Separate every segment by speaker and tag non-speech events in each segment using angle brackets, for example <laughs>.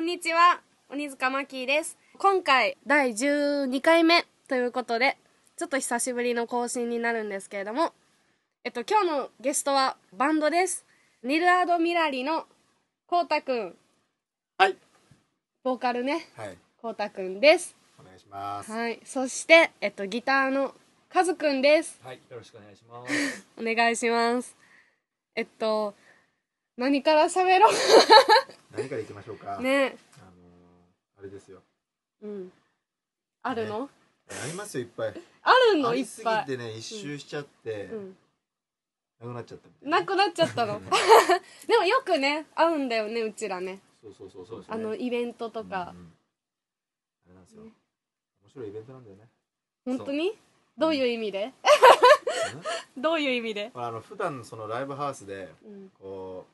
Speaker 1: んにちは鬼塚真希です今回第12回目ということでちょっと久しぶりの更新になるんですけれどもえっと今日のゲストはバンドですニルアード・ミラリのこうたくん
Speaker 2: はい。
Speaker 1: ボーカルね
Speaker 2: はい。
Speaker 1: こうたくんです
Speaker 2: お願いします。
Speaker 1: はいそしてえっとギターのカズくんです
Speaker 3: はい、よろしくお願いします。
Speaker 1: お願いしますえっと何から喋ろ
Speaker 2: <laughs> 何からいきましょうか。
Speaker 1: うね
Speaker 2: あのーあれですよ。
Speaker 1: うんあるの、
Speaker 2: ありますよ、いっぱい。
Speaker 1: あるの
Speaker 2: あ
Speaker 1: い
Speaker 2: り
Speaker 1: っ
Speaker 2: すぎ
Speaker 1: ぱい
Speaker 2: てね、一周しちゃって、
Speaker 1: うん
Speaker 2: なくなっちゃったみたいな。
Speaker 1: なくなっちゃった
Speaker 3: <laughs>
Speaker 1: のでもよくね会うんだよねうちらね
Speaker 2: そうそうそうそう、
Speaker 1: あのイベントとか
Speaker 2: うんうんあれなんですよ。面白いイベントなんだよね。
Speaker 1: 本当にどういう意味でどういう意味で
Speaker 2: ほらあの普段そのライブハウスで、
Speaker 1: うん
Speaker 2: こ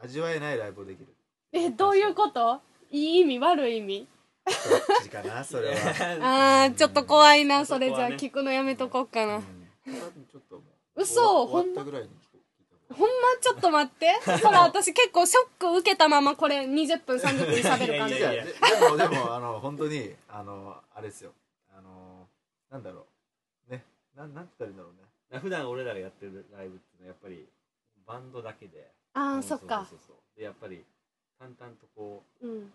Speaker 2: う、味わえないライブを
Speaker 1: <laughs>
Speaker 2: できる。
Speaker 1: えどういうこといい意味悪い意味
Speaker 2: どっちかな、それは。
Speaker 1: <laughs> あーちょっと怖いな
Speaker 3: そ
Speaker 1: そ
Speaker 3: こはね
Speaker 1: れじゃあ聞くのやめとこっか
Speaker 2: う
Speaker 1: なん
Speaker 2: ちょっともう。
Speaker 1: 嘘
Speaker 2: 終
Speaker 1: ほん
Speaker 2: わ終
Speaker 1: ま
Speaker 2: わったぐらいに聞こ聞いた方が
Speaker 1: ほんまちょっと待
Speaker 3: <laughs>
Speaker 1: ってほら私結構ショック受けたままこれ20分30分喋る感
Speaker 3: い
Speaker 1: じ
Speaker 3: や
Speaker 2: い
Speaker 3: い
Speaker 2: や
Speaker 3: や
Speaker 2: いや
Speaker 3: いや
Speaker 2: ででもでもあの本当にあのあれですよあのなんだろうねなんなんて言ったらいいんだろうね
Speaker 3: <laughs> 普段俺らがやってるライブっていうのはやっぱりバンドだけで。
Speaker 1: あ
Speaker 3: う
Speaker 1: あ
Speaker 3: ん
Speaker 1: そっか
Speaker 3: そうそうそうで、やっぱり淡々とこう。
Speaker 1: うん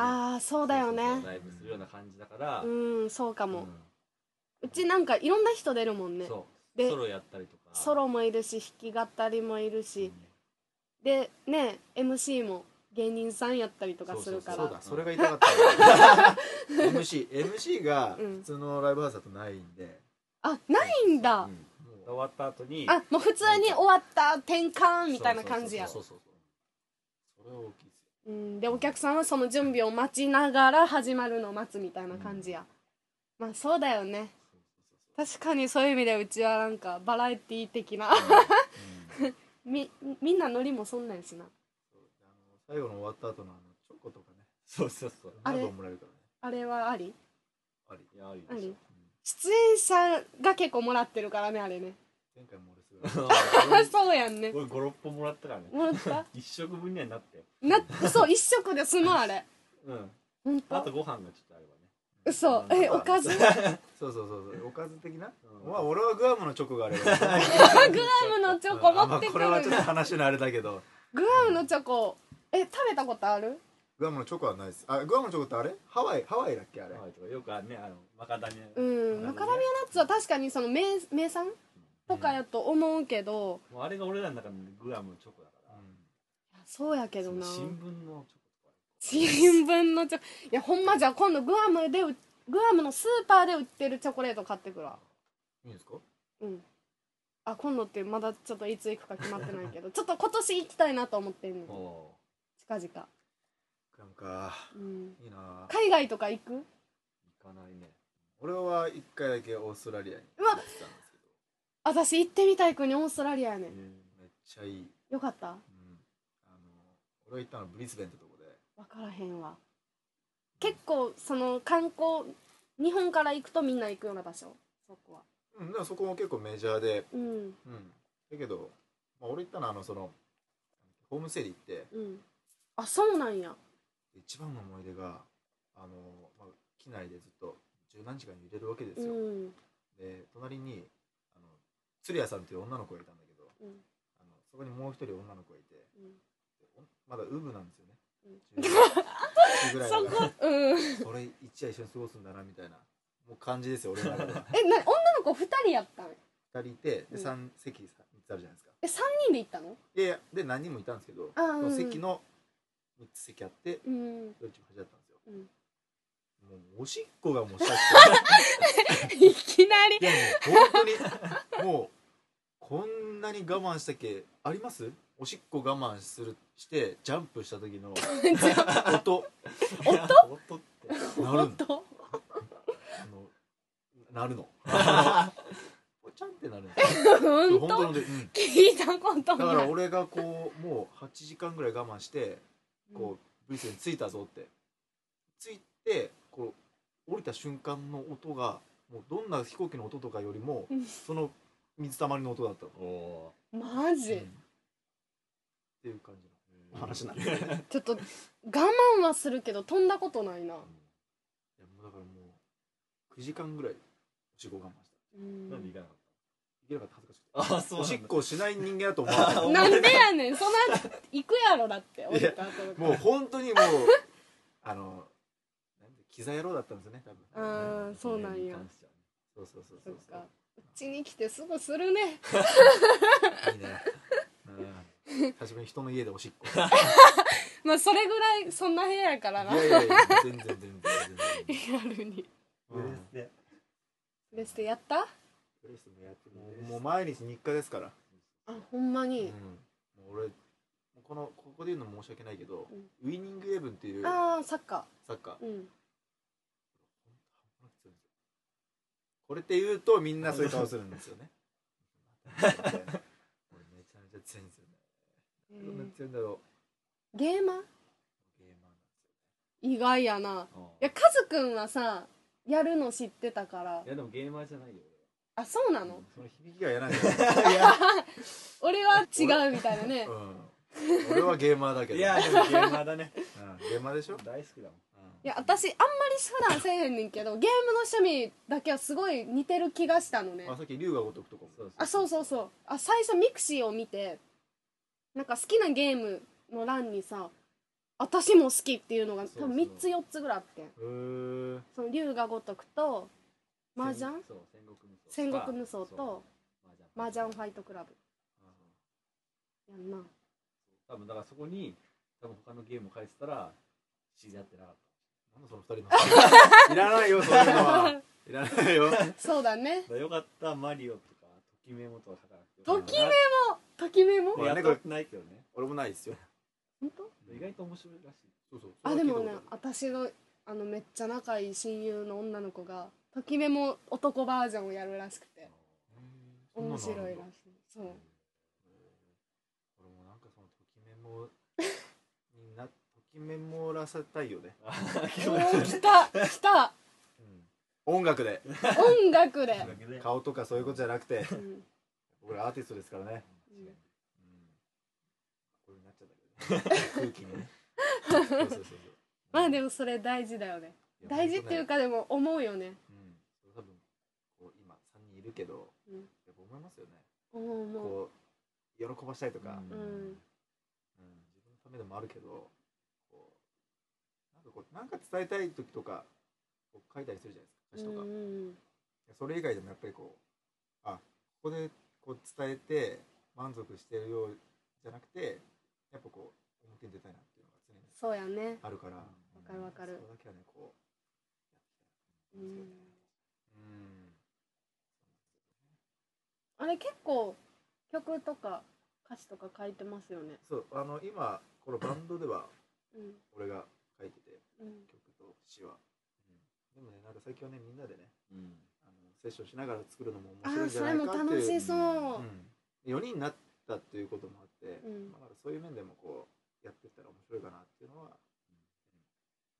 Speaker 1: ああそうだよ
Speaker 3: そうそう
Speaker 1: ね
Speaker 3: そうライブするような感じだから。
Speaker 1: うんそうか
Speaker 3: うん
Speaker 1: もうちなんかいろんな人出るもんね
Speaker 3: そう。
Speaker 1: で
Speaker 3: ソロやったりとか。
Speaker 1: ソロもいるし弾き語りもいる
Speaker 3: うん。
Speaker 1: しでね MC も芸人さんやったりとかするか
Speaker 2: そうだ
Speaker 1: ら
Speaker 2: それが痛かっ
Speaker 1: <laughs>
Speaker 2: たの MC MC が
Speaker 1: うん
Speaker 2: 普通のライブハウスだとないんで、
Speaker 1: あないんだ
Speaker 3: うん終
Speaker 2: もう
Speaker 3: わった後に。
Speaker 1: あもう普通に終わった転換みたいな感じや
Speaker 2: そうそうそうそうそれは大きいですよ
Speaker 1: うんでお客さんはその準備を待ちながら始まるのを待つみたいな感じやまあそうだよね
Speaker 2: そうそう
Speaker 1: 確かにそういう意味でうちはなんかバラエティー的
Speaker 2: <laughs>
Speaker 1: な
Speaker 2: そう、うん、
Speaker 1: みみんなノリもそんなんやしな
Speaker 2: そうあの最後の終わった後のあのチョコとかね
Speaker 3: そうそうそう。
Speaker 1: あれ
Speaker 2: 何本もらえるからね
Speaker 1: あれはあり
Speaker 2: あり
Speaker 3: いや、あり
Speaker 1: あ
Speaker 3: でし
Speaker 1: り
Speaker 3: ょ。
Speaker 1: 出演者が結構もらってるからねあれね
Speaker 2: 前回も俺すご
Speaker 1: <laughs>
Speaker 2: い
Speaker 1: そうやんね
Speaker 3: 俺五六本もらったからね。
Speaker 1: もらった
Speaker 3: 一食分にはなって。
Speaker 1: なそう一食で済むあれ
Speaker 3: うん。
Speaker 1: 本
Speaker 3: あと
Speaker 1: 当
Speaker 3: ご飯がちょっとあればね。
Speaker 1: 嘘えお
Speaker 2: <laughs>
Speaker 1: かずグ
Speaker 2: そうそうそうそうおかず的な、
Speaker 3: うん
Speaker 2: まあ俺はグアムのチョコがあればね
Speaker 1: <laughs> アムのチョコ持ってく
Speaker 2: まあこれはち
Speaker 1: る
Speaker 2: ょっと話のあれだけど
Speaker 1: グアムのチョコえ食べたことある
Speaker 2: グアムのチョコはないですあグアムのチョコってあれハワイハワイだっけあれ、
Speaker 3: ハワイとかよくあるねあのマカダミア
Speaker 1: うんマカダミアナッツは確かにその名名産とかやと思うけど
Speaker 3: もうあれが俺らの中のグアムのチョコだから、
Speaker 1: そうやけど
Speaker 3: そ
Speaker 1: な
Speaker 3: の新聞のチョコ
Speaker 1: 新聞のチョコいやほんまじゃあ今度グアムでうグアムのスーパーで売ってるチョコレート買ってくら
Speaker 2: いいんですか
Speaker 1: うんあ今度ってまだちょっといつ行くか決まってないけどちょっと今年行きたいなと思ってんねん
Speaker 3: とかお
Speaker 1: 近々、
Speaker 2: グアムか
Speaker 1: うん、
Speaker 2: いいなぁ
Speaker 1: 海外とか行く
Speaker 3: 行かないね
Speaker 2: 俺は一回だけオーストラリアに
Speaker 1: う
Speaker 2: 行
Speaker 1: わ
Speaker 2: ってたんですけど
Speaker 1: 私行ってみたい国オーストラリアやねん
Speaker 2: めっちゃいい、うん、
Speaker 1: よかった
Speaker 2: あの俺が行ったのはブリスベンってとこで
Speaker 1: 分からへんわ結構その観光日本から行くとみんな行くような場所そこは
Speaker 2: うんでもそこも結構メジャーで
Speaker 1: うん
Speaker 2: うんだけど、まあ、俺行ったのはあのそのホームステイで行って
Speaker 1: うんあそうなんや
Speaker 2: 一番の思い出があの、まあ、機内でずっと十何時間揺れるわけです
Speaker 1: う
Speaker 2: よ、
Speaker 1: ん
Speaker 2: で隣にあの鶴屋さんっていう女の子がいたんだけど
Speaker 1: うん
Speaker 2: あのそこにもう一人女の子がいて
Speaker 1: う
Speaker 2: でおまだウブなんですよね
Speaker 1: うん
Speaker 2: 10ぐら
Speaker 1: ん
Speaker 2: いだ
Speaker 1: そ
Speaker 2: から
Speaker 1: こ <laughs> うん
Speaker 2: それ一夜一緒に過ごすんだなみたいなもう感じですよ俺の中では
Speaker 1: えな女の子2人やったん
Speaker 2: 2人いて
Speaker 1: うん
Speaker 2: で3席3つあるじゃないですか
Speaker 1: え三3人で行ったの
Speaker 2: いやいやで何人もいたんですけど
Speaker 1: あー
Speaker 2: その
Speaker 1: うん
Speaker 2: 席の3つ席あって
Speaker 1: うん <laughs>
Speaker 2: どっちも端だったんですよ、
Speaker 1: うん
Speaker 2: もうおしっこがもうしたく
Speaker 1: いきなり
Speaker 2: ていやもう本当
Speaker 1: <laughs>
Speaker 2: にもうこんなに我慢したっけありますおしっこ我慢するしてジャンプした
Speaker 1: <laughs>
Speaker 2: 時の音
Speaker 3: 音音って
Speaker 2: なる
Speaker 1: お
Speaker 2: の
Speaker 1: っと
Speaker 2: あのなる
Speaker 1: <laughs>
Speaker 2: のあのポチャンってなるんですよ
Speaker 1: 本
Speaker 2: 本
Speaker 1: 当
Speaker 2: 当に、うん
Speaker 1: 聞いたこと
Speaker 2: だから
Speaker 1: ない
Speaker 2: 俺がこうもう8時間ぐらい我慢してこうブリスベン着いたぞって着いてこう降りた瞬間の音がもうどんな飛行機の音とかよりも
Speaker 1: うん
Speaker 2: その水たまりの音だったの、
Speaker 3: お
Speaker 1: マ
Speaker 2: うんっ
Speaker 1: ジ
Speaker 2: ていう感じの話なんですねいや
Speaker 1: ちょっと我慢はするけど飛んだことないな、
Speaker 2: もうだからもう9時間ぐらいおしっこ我慢した
Speaker 1: うん
Speaker 3: なんで行かなかっ
Speaker 2: いけなかった恥ずかしくて
Speaker 3: たあそう
Speaker 2: お
Speaker 3: な
Speaker 2: し
Speaker 3: ん
Speaker 2: っ
Speaker 3: だ
Speaker 2: こしない人間だと思わな
Speaker 3: <laughs>
Speaker 2: かっ
Speaker 1: なんでやねんその後行くやろだって降りた後と
Speaker 2: た
Speaker 1: か
Speaker 2: もう本当にもう <laughs> あのなんでキザ野郎だったんですね多
Speaker 1: あ
Speaker 2: 分
Speaker 1: ーそうなんや
Speaker 2: そうそうそう
Speaker 1: そ
Speaker 2: そ
Speaker 1: っ
Speaker 2: う
Speaker 1: かうちに来てすぐするね <laughs>
Speaker 2: いいねうん久しぶりに人の家でおしっこい
Speaker 1: まあそれぐらいそんな部屋やからな
Speaker 2: やいやいや全然全然全
Speaker 1: リ
Speaker 2: 然
Speaker 1: アルに
Speaker 2: うん
Speaker 3: で
Speaker 1: ベストやった
Speaker 3: プレスもやってる
Speaker 2: も
Speaker 3: ん
Speaker 2: う
Speaker 3: で
Speaker 2: もう毎日日課ですから、
Speaker 1: あほんま
Speaker 2: うん
Speaker 1: に、
Speaker 2: もう俺このここで言うのも申し訳ないけど、
Speaker 1: うん
Speaker 2: ウィニングイレブンっていうサ
Speaker 1: ああサッカ
Speaker 2: ッカー
Speaker 1: ーうん
Speaker 2: これって言うとみんなそういう顔するんですよね俺めちゃめちゃ強いんですよね
Speaker 1: え
Speaker 2: どんな
Speaker 1: ー
Speaker 2: 強いんだろ
Speaker 1: ゲーマー
Speaker 2: うゲーマーなんですよ
Speaker 1: 意外やな
Speaker 3: あ
Speaker 1: い
Speaker 3: ー
Speaker 1: やカズくんはさやるの知ってたから
Speaker 3: いやでもゲーマーじゃないよ
Speaker 1: あそうなの
Speaker 2: その響きが嫌 <laughs> なんだよ、
Speaker 1: 俺は違うみたいなね
Speaker 2: うん、俺はゲーマーだけ
Speaker 3: 俺
Speaker 2: ど
Speaker 3: いやでもゲーマーだね
Speaker 2: うん、ゲーマーでしょ、
Speaker 3: 大好きだもん
Speaker 2: うん
Speaker 1: いや私あんまり普段せえへんねんけどゲームの趣味だけはすごい似てる気がしたのね
Speaker 2: あさっき龍が如くとかも
Speaker 3: そうそう
Speaker 1: あそうそうそうあ最初ミクシーを見てなんか好きなゲームの欄にさ私も好きっていうのが
Speaker 2: そう
Speaker 1: 多
Speaker 2: そう
Speaker 1: 分3つ4つぐらいあってん
Speaker 2: へー
Speaker 1: その龍が如くと麻雀
Speaker 3: 戦そう戦国無双
Speaker 1: 戦国無双
Speaker 3: そ
Speaker 1: と
Speaker 3: う
Speaker 1: 麻雀ファイトクラブ
Speaker 3: うん
Speaker 1: やんな
Speaker 3: 多分だからそこに多分他のゲームを返したら知り合ってなかっ
Speaker 2: なんだその二人の話いらないよそういうの <laughs> はいらないよ
Speaker 1: そうだね
Speaker 3: ただよかったマリオとかときメモとか書かなくて
Speaker 1: ときメときめも
Speaker 2: モ
Speaker 3: やったことないけどね
Speaker 2: 俺もないですよ
Speaker 1: 本当
Speaker 3: 意外と面白いらしい
Speaker 2: そうそう
Speaker 1: あでもね
Speaker 2: それは聞いたこと
Speaker 1: 私のあのめっちゃ仲いい親友の女の子がときめも男バージョンをやるらしくて
Speaker 2: あるうん
Speaker 1: 面白い
Speaker 2: そんなのあ
Speaker 1: らし
Speaker 2: る
Speaker 1: い
Speaker 2: ん
Speaker 1: そう
Speaker 2: だ俺もなんかそのときメモになときメモらせたいよね、
Speaker 1: おー来た来た
Speaker 2: 音楽で
Speaker 1: 音楽で、
Speaker 2: <laughs>
Speaker 3: だけで
Speaker 2: 顔とかそういうことじゃなくて
Speaker 1: うん、
Speaker 2: 僕らアーティストですからね、
Speaker 1: うん
Speaker 2: うん、これになっちゃったけど、 <laughs> ね、空気にねそうそうそうそう
Speaker 1: まあでもそれ大事だよね
Speaker 2: や
Speaker 1: 大事っていう、かでも思うよね
Speaker 2: 本当ねうん、多分こう今3人いるけど、
Speaker 1: うん
Speaker 2: やっぱ思いますよね、
Speaker 1: 思う思う
Speaker 2: こう喜ばしたいとか、
Speaker 1: う
Speaker 3: うん
Speaker 2: うん自分のためでもあるけどこうなんかこうなんか伝えたい時とかこう書いたりするじゃな
Speaker 1: う
Speaker 2: いですか歌詞とか、
Speaker 1: ん
Speaker 2: それ以外でもやっぱりこうあここでこう伝えて満足してるようじゃなくてやっぱこう表に出たいなっていうのが常に
Speaker 1: そうやね
Speaker 2: あるから
Speaker 3: わ
Speaker 1: かるわかる
Speaker 2: そこだけはねこう
Speaker 1: う
Speaker 2: やっていきたい
Speaker 1: ん
Speaker 2: なうん
Speaker 1: あれ結構曲とか歌詞とか書いてますよね
Speaker 2: そうあの今このバンドでは
Speaker 1: うん
Speaker 2: 俺が書いてて
Speaker 1: うん
Speaker 2: 曲と詞は、うん、でもねなんか最近はねみんなでね
Speaker 3: うん
Speaker 2: あのセッションしながら作るのも
Speaker 1: あー
Speaker 2: 面白いんじゃ
Speaker 1: そ
Speaker 2: な
Speaker 1: れ
Speaker 2: い
Speaker 1: も
Speaker 2: かっていう
Speaker 1: 楽しそうう、
Speaker 2: ん、4人になったっていうこともあって、
Speaker 1: うん
Speaker 2: まあ、だからそういう面でもこうやってったら面白いかなっていうのは、うん、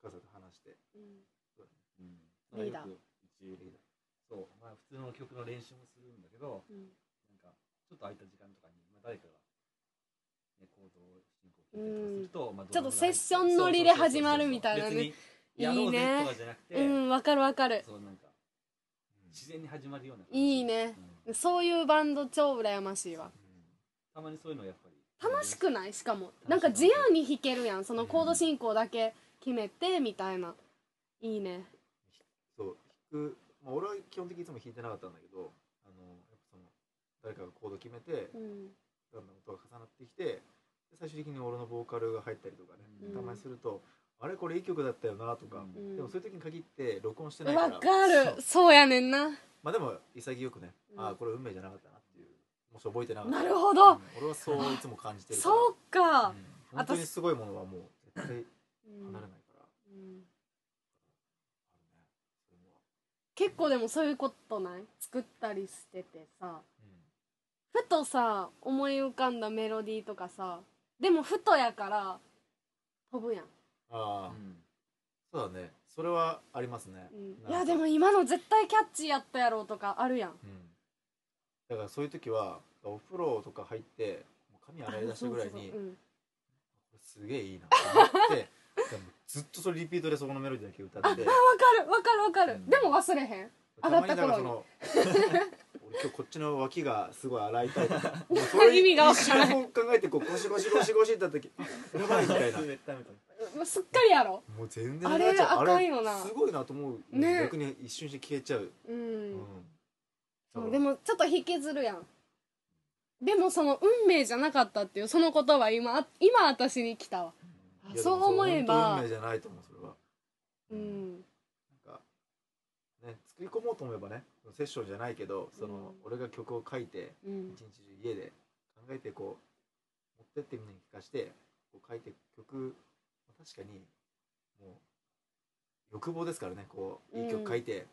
Speaker 2: 母さんと話して
Speaker 1: うん
Speaker 3: うん
Speaker 1: リーダー
Speaker 3: よくうちそうまあ普通の曲の練習もするんだけど
Speaker 1: うん
Speaker 3: なんかちょっと空いた時間とかに、まあ、誰かが、ね、行動進行を聞いたりとかすると、まあ、
Speaker 1: ちょっとセッション乗りで始まるみたいなね
Speaker 3: そうそうそうそう別にやろうぜとかじゃなくて
Speaker 1: うんわかるわかる
Speaker 3: そうなんか自然に始まるような感じ
Speaker 1: いいね
Speaker 3: うん
Speaker 1: そういうバンド超羨ましいわ
Speaker 3: たまにそういうのやっぱり
Speaker 1: 楽しくないしかもなんか自由に弾けるやんそのコード進行だけ決めてみたいないいね
Speaker 2: そう弾く、まあ、俺は基本的にいつも弾いてなかったんだけどあのやっぱその誰かがコード決めて
Speaker 1: うん
Speaker 2: だんだん音が重なってきてで最終的に俺のボーカルが入ったりとかね、
Speaker 1: うん
Speaker 2: たまにするとあれこれいい曲だったよなとか、
Speaker 3: うん
Speaker 1: うん
Speaker 2: でもそういう時に限って録音してないから
Speaker 1: わかるそうやねんな
Speaker 2: まあでも潔くね、
Speaker 1: うん
Speaker 2: ああこれ運命じゃなかったなっていうもし覚えてなかった
Speaker 1: な
Speaker 2: ら
Speaker 1: るほど
Speaker 2: うん俺はそういつも感じてるから
Speaker 1: そうか
Speaker 2: うん、本当にすごいものはもう絶対離れ
Speaker 1: うん
Speaker 2: な
Speaker 1: うん
Speaker 2: いから、あるねそれは
Speaker 1: 結構でもそういうことない作ったりしててさふとさ思い浮かんだメロディーとかさでもふとやから飛ぶやん、
Speaker 2: うん、ああ、そうだねそれはありますね、
Speaker 1: うん、い
Speaker 2: な
Speaker 1: や
Speaker 2: んか
Speaker 1: でも今の絶対キャッチーやったやろうとかあるやん
Speaker 2: うん
Speaker 1: <laughs>
Speaker 2: だからそういう時はお風呂とか入ってもう髪洗い出したぐらいに
Speaker 1: あそうそうそううん
Speaker 2: すげえいいなと思ってでもずっとそれリピートでそこのメロディーだけ歌って
Speaker 1: <laughs> かるわかるわかる、
Speaker 2: うん
Speaker 1: でも忘れへん
Speaker 2: たまにだからその <laughs> 俺今日こっちの脇がすごい洗いたいとか
Speaker 1: <laughs>
Speaker 2: もうそれ
Speaker 1: 意味がわから
Speaker 2: 一瞬こう考えてこうゴシゴシゴシゴシってやった時あやばいみたいな
Speaker 3: 絶対みたい
Speaker 1: もうすっかりやろ
Speaker 2: もう全然
Speaker 1: あれ
Speaker 2: なくなっちゃう
Speaker 1: あかんよな
Speaker 2: あれすごいなと思う、
Speaker 1: ね
Speaker 2: 逆に一瞬して消えちゃう、
Speaker 1: う、
Speaker 2: うんだから
Speaker 1: でもちょっと引きずるやんでもその運命じゃなかったっていうその言葉今あ今私に来たわあ
Speaker 2: いや
Speaker 1: そう思え
Speaker 2: でもそれ本当
Speaker 1: ば
Speaker 2: 運命じゃないと思うそれは
Speaker 1: うん
Speaker 2: なんかね作り込もうと思えばねセッションじゃないけどその、
Speaker 1: う
Speaker 2: 俺が曲を書いて
Speaker 1: うん
Speaker 2: 一日中家で考えてこう持ってってみんなに聞かしてこう書いて曲確かにもう欲望ですからねこういい曲書いて、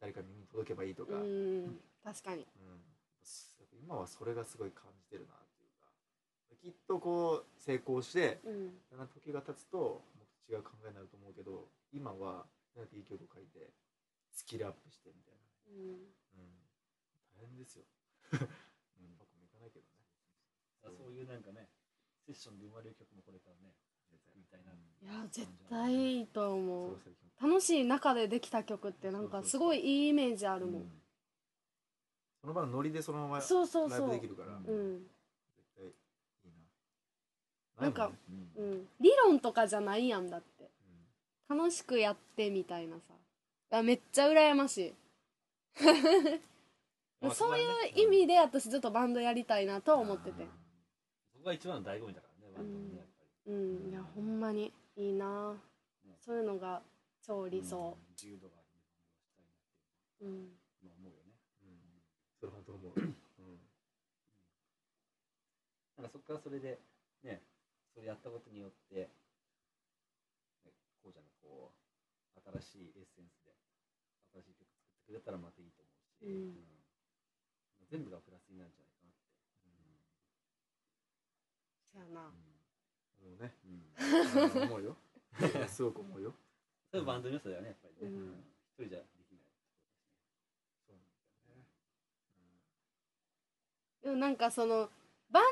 Speaker 2: 誰か耳に届けばいいとか、
Speaker 1: う
Speaker 2: うん
Speaker 1: ん確かに
Speaker 2: 今はそれがすごい感じてるなっていうかきっとこう成功して
Speaker 1: うん
Speaker 2: だんだん時が経つともっと違う考えになると思うけど今はなんかいい曲を書いてスキルアップしてみたいな、
Speaker 1: うん
Speaker 2: うん、大変ですよ、 <laughs> うん、うまくもいかないけどね
Speaker 3: なそういうなんかねセッションで生まれる曲もこれからねみたいな、
Speaker 1: いや絶対いいと
Speaker 2: そ
Speaker 1: 思
Speaker 2: う
Speaker 1: う
Speaker 2: 最近
Speaker 1: 楽しい中でできた曲ってなんかすごいいいイメージあるも
Speaker 3: うんん
Speaker 2: その場のノリでそのまま
Speaker 1: そうそう
Speaker 2: ラ
Speaker 1: そ
Speaker 2: イブ
Speaker 1: う
Speaker 2: できるから
Speaker 3: そう
Speaker 2: 絶
Speaker 1: ん
Speaker 2: 対いいな
Speaker 1: なんか
Speaker 2: いもね
Speaker 1: う
Speaker 3: うん
Speaker 1: ん理論とかじゃないやんだって楽しくやってみたいなさあめっちゃ羨ま <laughs> しい
Speaker 3: まあ
Speaker 1: そうい
Speaker 3: こはね
Speaker 1: う意味で私ずっとバンドやりたいなと思ってて
Speaker 3: そこが一番の醍醐味だからねバンドのねやっぱり
Speaker 1: うんいやほんまにいいな
Speaker 3: ね
Speaker 1: そういうのが超理想
Speaker 3: うん自由度があるしたいなって
Speaker 1: うん
Speaker 3: 今思うよね
Speaker 2: それ本当思う、うん、
Speaker 3: なんかそこからそれでねそれやったことによって、ね、こうちゃんがこう新しいエッセンスで新しい曲作ってくれたらまたいいと
Speaker 1: うん
Speaker 3: 思うし、うん全部がプラスになるんじゃないかなって。
Speaker 1: そうやな
Speaker 2: 思うね
Speaker 3: うんうん
Speaker 2: うん思うよすごく思うよ
Speaker 3: <laughs> それはバンドの良さだよねやっぱりね、
Speaker 1: うん
Speaker 3: うん一人じゃできない
Speaker 2: そうなん
Speaker 1: で
Speaker 2: だよね
Speaker 1: もなんかそのバンド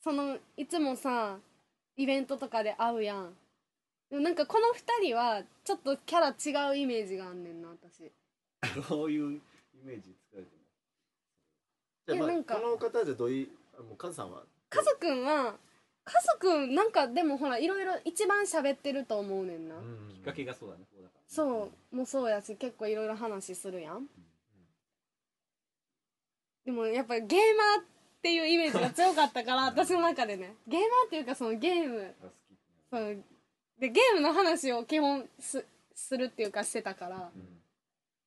Speaker 1: そのいつもさイベントとかで会うやんでもなんかこの2人はちょっとキャラ違うイメージがあんねんな私
Speaker 3: どういうイメージ作られても
Speaker 2: じゃあ
Speaker 1: いや
Speaker 2: まあ
Speaker 1: なんか
Speaker 2: この方じゃどういうあもうカズさんは
Speaker 1: カズくんはカズくんなんかでもほらいろいろ一番喋ってると思うねんな、
Speaker 2: うん
Speaker 3: きっかけがそうだねこうだからね
Speaker 1: そうもそうやし結構いろいろ話するやんでもやっぱりゲーマーっていうイメージが強かったから私の中でねゲーマーっていうかそのゲーム
Speaker 3: が好きって
Speaker 1: そ
Speaker 3: なる
Speaker 1: のでゲームの話を基本すするっていうかしてたから、
Speaker 3: うん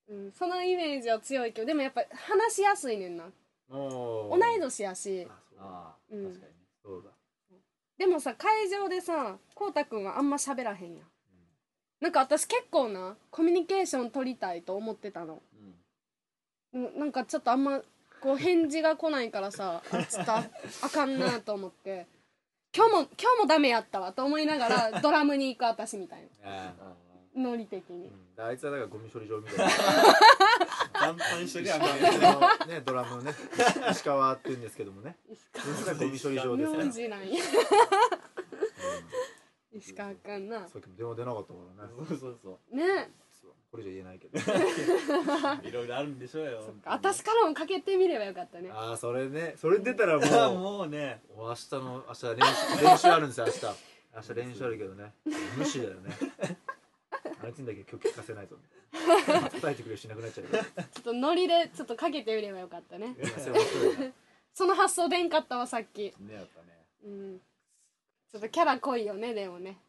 Speaker 1: うん、そのイメージは強いけどでもやっぱ話しやすいねんな
Speaker 2: 同
Speaker 1: 同い年やし
Speaker 2: あそうだ
Speaker 3: ああ、
Speaker 1: うん
Speaker 3: 確かにね
Speaker 2: そうだ
Speaker 1: でもさ会場でさこうたくんはあんま喋らへんやんなんか私結構なコミュニケーション取りたいと思ってたの
Speaker 3: うん
Speaker 1: うんなんかちょっとあんまこう返事が来ないからさあちょっとああかんなと思って今日も今日もダメやったわと思いながらドラムに行く私みたい
Speaker 2: あ
Speaker 3: あ
Speaker 1: なノリ的に
Speaker 2: あいつはだからゴミ処理場みたいな
Speaker 3: あ <laughs> ンパン一緒にあんまり
Speaker 2: あのねドラムのね石川って言うんですけどもね実はゴミ処理場ですから
Speaker 1: 名字なんや <laughs> 石川くんなね
Speaker 2: さっきも電話出なかったからね
Speaker 3: そうそうそ
Speaker 2: これじゃ言えないけど
Speaker 3: <laughs> ういろいろあるんでしょうよ
Speaker 1: そっか私からもかけてみればよかったね
Speaker 2: <laughs> ああそれねそれ出たら
Speaker 3: 本当にああ
Speaker 2: <laughs> もう
Speaker 3: <laughs> もうね
Speaker 2: 明日の明日練習練習あるんですよ明日明日練習あるけどね無視だよねあいつにだけ曲聞かせないぞみたいな叩いてくれるしなくなっちゃうけど
Speaker 1: ちょっとノリでちょっとかけてみればよかったね
Speaker 2: いやそれ面白いな
Speaker 1: その発想出んかったわさっき
Speaker 3: ねやっぱね
Speaker 1: うんちょっとキャラ濃いよねでもね